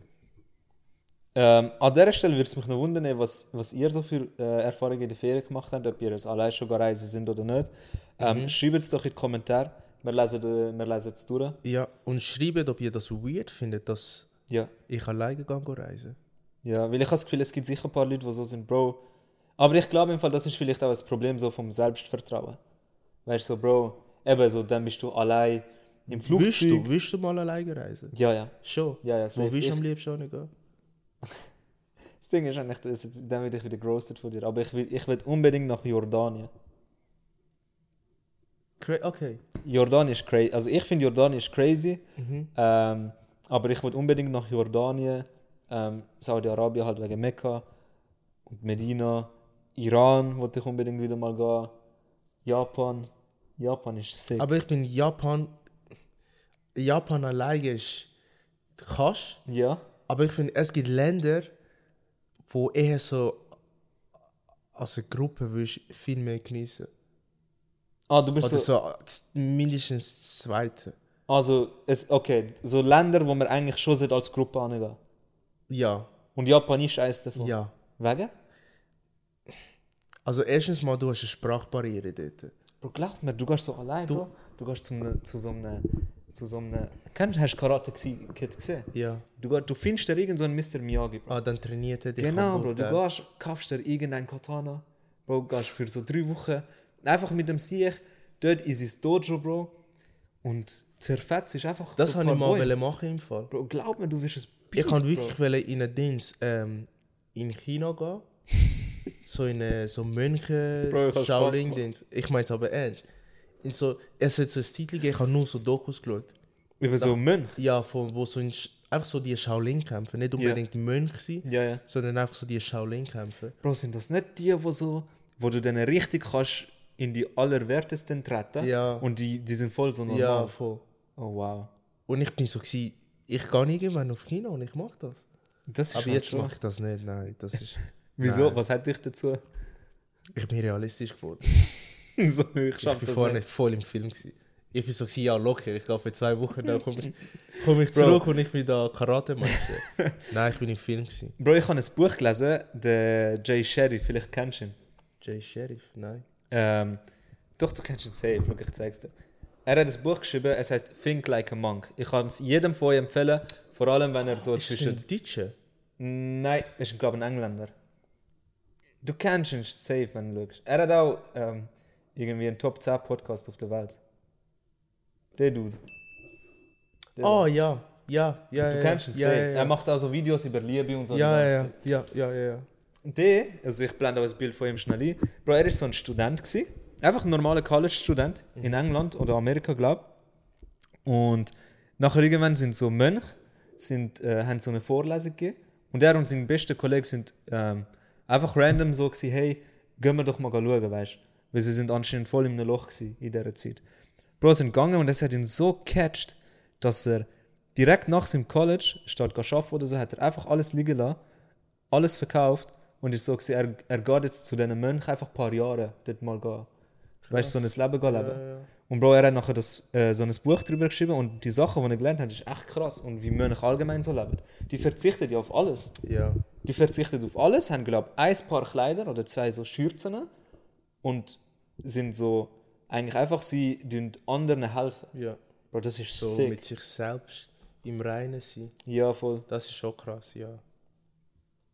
Ähm, an dieser Stelle würde es mich noch wundern, was, was ihr so für äh, Erfahrungen in der Ferien gemacht habt, ob ihr als allein schon gereist sind oder nicht. Ähm, Schreibt es doch in die Kommentare. Wir lesen, äh, wir lesen es durch. Ja, und schreibt, ob ihr das weird findet, dass Ja. ich alleine gehen go reisen Ja, weil ich habe das Gefühl, es gibt sicher ein paar Leute, die so sind, Bro. Aber ich glaube im Fall, das ist vielleicht auch ein Problem so vom Selbstvertrauen. Weißt du, so, Bro, eben so, dann bist du allein im Flugzeug. Willst du, willst du mal alleine reisen? Ja, ja. Schon. Ja, ja, Wo safe. willst du Ich- am liebsten hingehen? Das Ding ist eigentlich, das, jetzt- dann werde ich wieder großet von dir. Aber ich will, ich will unbedingt nach Jordanien. Cra- Okay. Jordanien ist crazy. Also ich finde Jordanien ist crazy. Mhm. Ähm, aber ich will unbedingt nach Jordanien, ähm, Saudi-Arabien halt wegen Mekka und Medina. Iran wollte ich unbedingt wieder mal gehen. Japan. Japan ist sick. Aber ich bin Japan. Japan alleine ist. Du kannst. ja. Aber ich finde, es gibt Länder, wo eher so als eine Gruppe würdest viel mehr genießen. Ah, du bist Oder so. so z- mindestens das zweite. Also, es, okay, so Länder, wo wir eigentlich schon sind als Gruppe angehen. Ja, Und Japan ist eines davon. ja. Wegen? Also erstens mal, du hast eine Sprachbarriere dort. Bro, glaub mir, du gehst ne, so allein, Bro. Du gehst zu, einem- zu so einem, zu zu so einem. Kennst du, hast du Karate Kid gesehen? Ja. Du, geh- du findest dir irgendeinen so einen Mr. Miyagi, Bro. Ah, dann trainiert er dich genau, Bro. kaputt, Du gell? gehst, kaufst dir irgendeinen Katana, Bro, gehst für so drei Wochen einfach mit dem Sieg dort in sein Dojo, Bro. Und zerfetzt ist einfach. Das so habe ich paar mal Boys. wollen machen im Fall. Bro, glaub mir, du wirst ein Ich Beast, kann wirklich wollen in einen Dings ähm, in China gehen. so in äh, so Mönche Bro, ich hab Spaß Shaolin Dings. Ich meine es aber ernst. In so, es hat so ein Titel gegeben, ich habe nur so Dokus geschaut. Bro. Über so einen Mönch. Ja, von, wo so in, Sch- einfach so die Shaolin kämpfen, nicht unbedingt Mönch sind, Ja, ja. sondern einfach so die Shaolin kämpfen. Bro, sind das nicht die, wo so, wo du dann richtig kannst in die allerwertesten treten? Ja. Und die, die sind voll so normal. Ja, voll. Oh wow. Und ich bin so gsi, ich gehe irgendwann auf China und ich mache das. Das ist Aber schon jetzt schwach. mache ich das nicht, nein, das ist Wieso? Nein. Was hat dich dazu? ich bin realistisch geworden. so, ich Ich schaff bin das vorher nicht. nicht voll im Film. Gewesen. Ich bin so, gewesen, ja, locker, ich gehe für zwei Wochen, dann komme ich, komm ich Bro. zurück und ich bin da Karate machen. Nein, ich bin im Film. Gewesen. Bro, ich habe ein Buch gelesen, der Jay Sherry, vielleicht kennst du ihn. Jay Sheriff, nein. Ähm, doch, du kennst ihn safe, look, ich zeig's dir. Er hat ein Buch geschrieben, es heißt Think Like a Monk. Ich kann es jedem von euch empfehlen, vor allem wenn er so Ist das zwischen... ein Deutscher? Nein, ich glaube ein Engländer. Du kennst ihn safe, wenn du schaust. Er hat auch ähm, irgendwie einen Top 10 Podcast auf der Welt. Der Dude. Ja. Ah, ja, ja, ja. Du ja, kennst ihn Äh, ja, safe. Ja, Er ja. macht auch so Videos über Liebe und so. die Ja, ganze ja, Zeit. ja, ja, ja, ja. Der, also ich blende auch ein Bild von ihm schnell ein. Bro, er war so ein Student. Gewesen. Einfach ein normaler College-Student in England oder Amerika, glaube ich. Und nachher irgendwann sind so Mönche, sind, äh, haben so eine Vorlesung gegeben. Und er und sein bester Kollege sind ähm, einfach random so gewesen, hey, gehen wir doch mal schauen, weißt du. Weil sie sind anscheinend voll im Loch gewesen in dieser Zeit. Bro, sind gegangen und das hat ihn so catcht, dass er direkt nach seinem College, statt zu arbeiten oder so, hat er einfach alles liegen lassen alles verkauft und ist so gewesen, er, er geht jetzt zu diesen Mönchen einfach ein paar Jahre dort mal gehen. Weißt du, so ein Leben gehen leben. Und Bro, er hat nachher das, äh, so ein Buch darüber geschrieben und die Sachen, die er gelernt hat, ist echt krass. Und wie Mönche allgemein so leben. Die verzichten ja auf alles. Ja, Die verzichten auf alles, haben, glaube ich, ein paar Kleider oder zwei so Schürzen und sind so, eigentlich einfach, sie tun anderen helfen. ja. Bro, das ist So sick. mit sich selbst im Reinen sein. Ja, voll. Das ist schon krass, ja.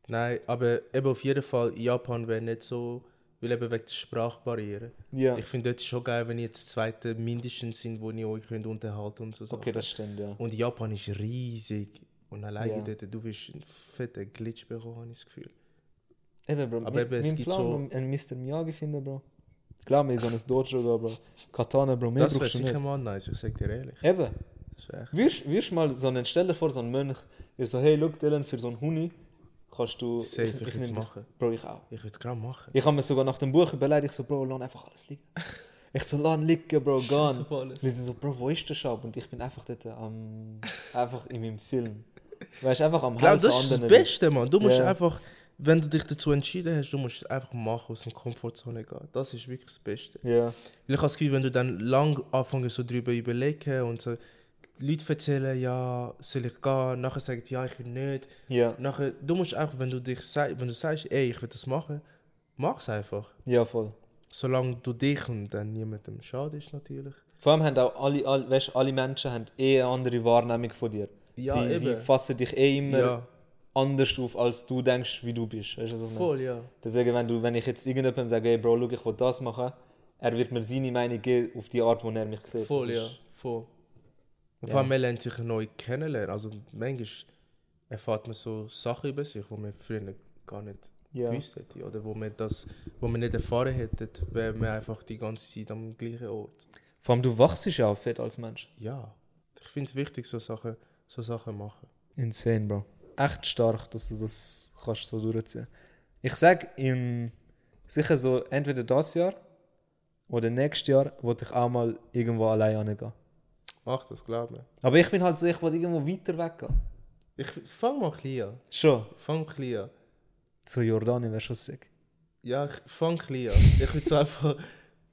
Nein, aber eben auf jeden Fall, Japan wäre nicht so, weil eben wegen der Sprachbarriere. Ja. Ich finde es schon geil, wenn ihr jetzt zweite mindestens sind, wo ihr euch könnt unterhalten und so Sachen. Okay, das stimmt, ja. Und Japan ist riesig. Und alleine Ja. dort, du wirst einen fetten Glitch bekommen, habe ich das Gefühl. Eben, Bro. Aber mein, eben, es mein gibt Plan, so- um einen Mr. Miyagi finden, Bro. Klar, mir so ein Dojo da, Bro. Katana, Bro. Mehr das wäre brauchst du sicher nicht. mal nice, ich sag dir ehrlich. Eben. Das wäre echt. Wirst wirst mal so einen Steller vor, so einen Mönch, der so, hey, look, Dylan, für so einen Huni kannst du. Safe, ich nehm würde es dich. machen. Bro, ich auch. Ich würde es gerade machen. Ich habe mir sogar nach dem Buch überlegt, ich so, Bro, lass einfach alles liegen. Ich so, lass liegen, Bro, Scheiß gone. auf alles. Weil sie so, Bro, wo ist der Schab? Und ich bin einfach dort am. einfach in meinem Film. Weißt du, einfach am Ich glaube, Helfen das ist das anderen. Beste, Mann. Du musst Ja. einfach, wenn du dich dazu entschieden hast, du musst es einfach machen, aus der Komfortzone gehen. Das ist wirklich das Beste. Ja. Weil ich habe das Gefühl, wenn du dann lang anfängst, so drüber überlegen und so, die Leute erzählen, ja, soll ich gehen, nachher sagen die, ja, ich will nicht. Ja. Nachher, du musst einfach, wenn du dich sag- wenn du sagst, ey, ich will das machen, mach es einfach. Ja, voll. Solange du dich und dann niemandem schadest, natürlich. Vor allem haben auch alle, alle, weißt, alle Menschen haben eh eine andere Wahrnehmung von dir. Ja, sie, eben. sie fassen dich eh immer Ja, anders auf, als du denkst, wie du bist. Weißt du, was ich meine? voll, ja. Deswegen, wenn, du, wenn ich jetzt irgendjemandem sage, hey Bro, schau, ich will das machen, er wird mir seine Meinung geben auf die Art, wie er mich sieht. Voll, Das ja. ist- Voll. Und Vor allem, man lernt sich neu kennenlernen. Also manchmal erfährt man so Sachen über sich, die man früher gar nicht Ja. gewusst hätte. Oder wo man, das, wo man nicht erfahren hätte, wäre man einfach die ganze Zeit am gleichen Ort. Vor allem, du wachst ja auch fett als Mensch. Ja. Ich finde es wichtig, so Sachen, so Sachen machen. Insane, Bro. Echt stark, dass du das kannst so durchziehen. Ich sage im sicher so entweder das Jahr oder nächstes Jahr, wollte ich auch mal irgendwo allein hingehen. Mach das, glaub mir. Aber ich bin halt so, ich will irgendwo weiter weggehen. Ich, ich fang mal klein an. Schon. Fang klein an. Zu Jordanien wäre schon sick. Ja, ich fang klein an. Ich will so einfach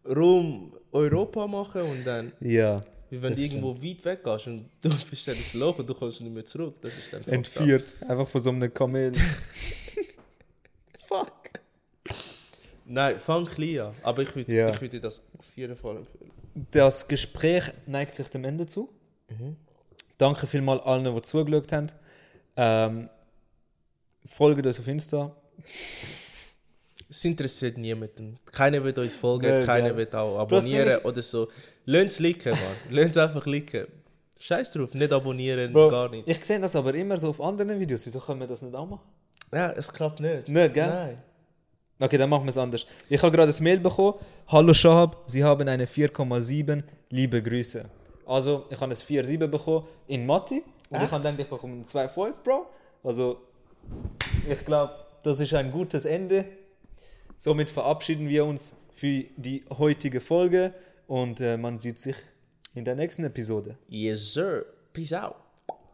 Raum Europa machen und dann... Ja. Wie wenn Das du irgendwo weit weg gehst und du bist dann ins Loch und du kommst nicht mehr zurück. Das ist dann fucked up. Entführt. Einfach von so einem Kamel. Fuck. Nein, fang klein an. Aber ich würde Ja. ich würd dir das auf jeden Fall empfehlen. Das Gespräch neigt sich dem Ende zu. Mhm. Danke vielmals allen, die zugeschaut haben. Ähm, folgt uns auf Insta. Es interessiert niemanden. Keiner wird uns folgen, Nö, keiner gell. wird auch Plus, abonnieren Ding ist- oder so. Lasst es liken, Mann. Lasst es einfach liken. Scheiß drauf, nicht abonnieren, Bro, gar nicht. Ich sehe das aber immer so auf anderen Videos. Wieso können wir das nicht auch machen? Ja, es klappt nicht. Nicht, gell? Nein. Okay, dann machen wir es anders. Ich habe gerade ein Mail bekommen. Hallo Shahab, Sie haben eine 4,7. Liebe Grüße. Also, ich habe ein 4,7 bekommen in Mathe. Und ich Echt? habe gedacht, ich bekomme ein 2,5, Bro. Also, ich glaube, das ist ein gutes Ende. Somit verabschieden wir uns für die heutige Folge. Und äh, man sieht sich in der nächsten Episode. Yes, sir. Peace out.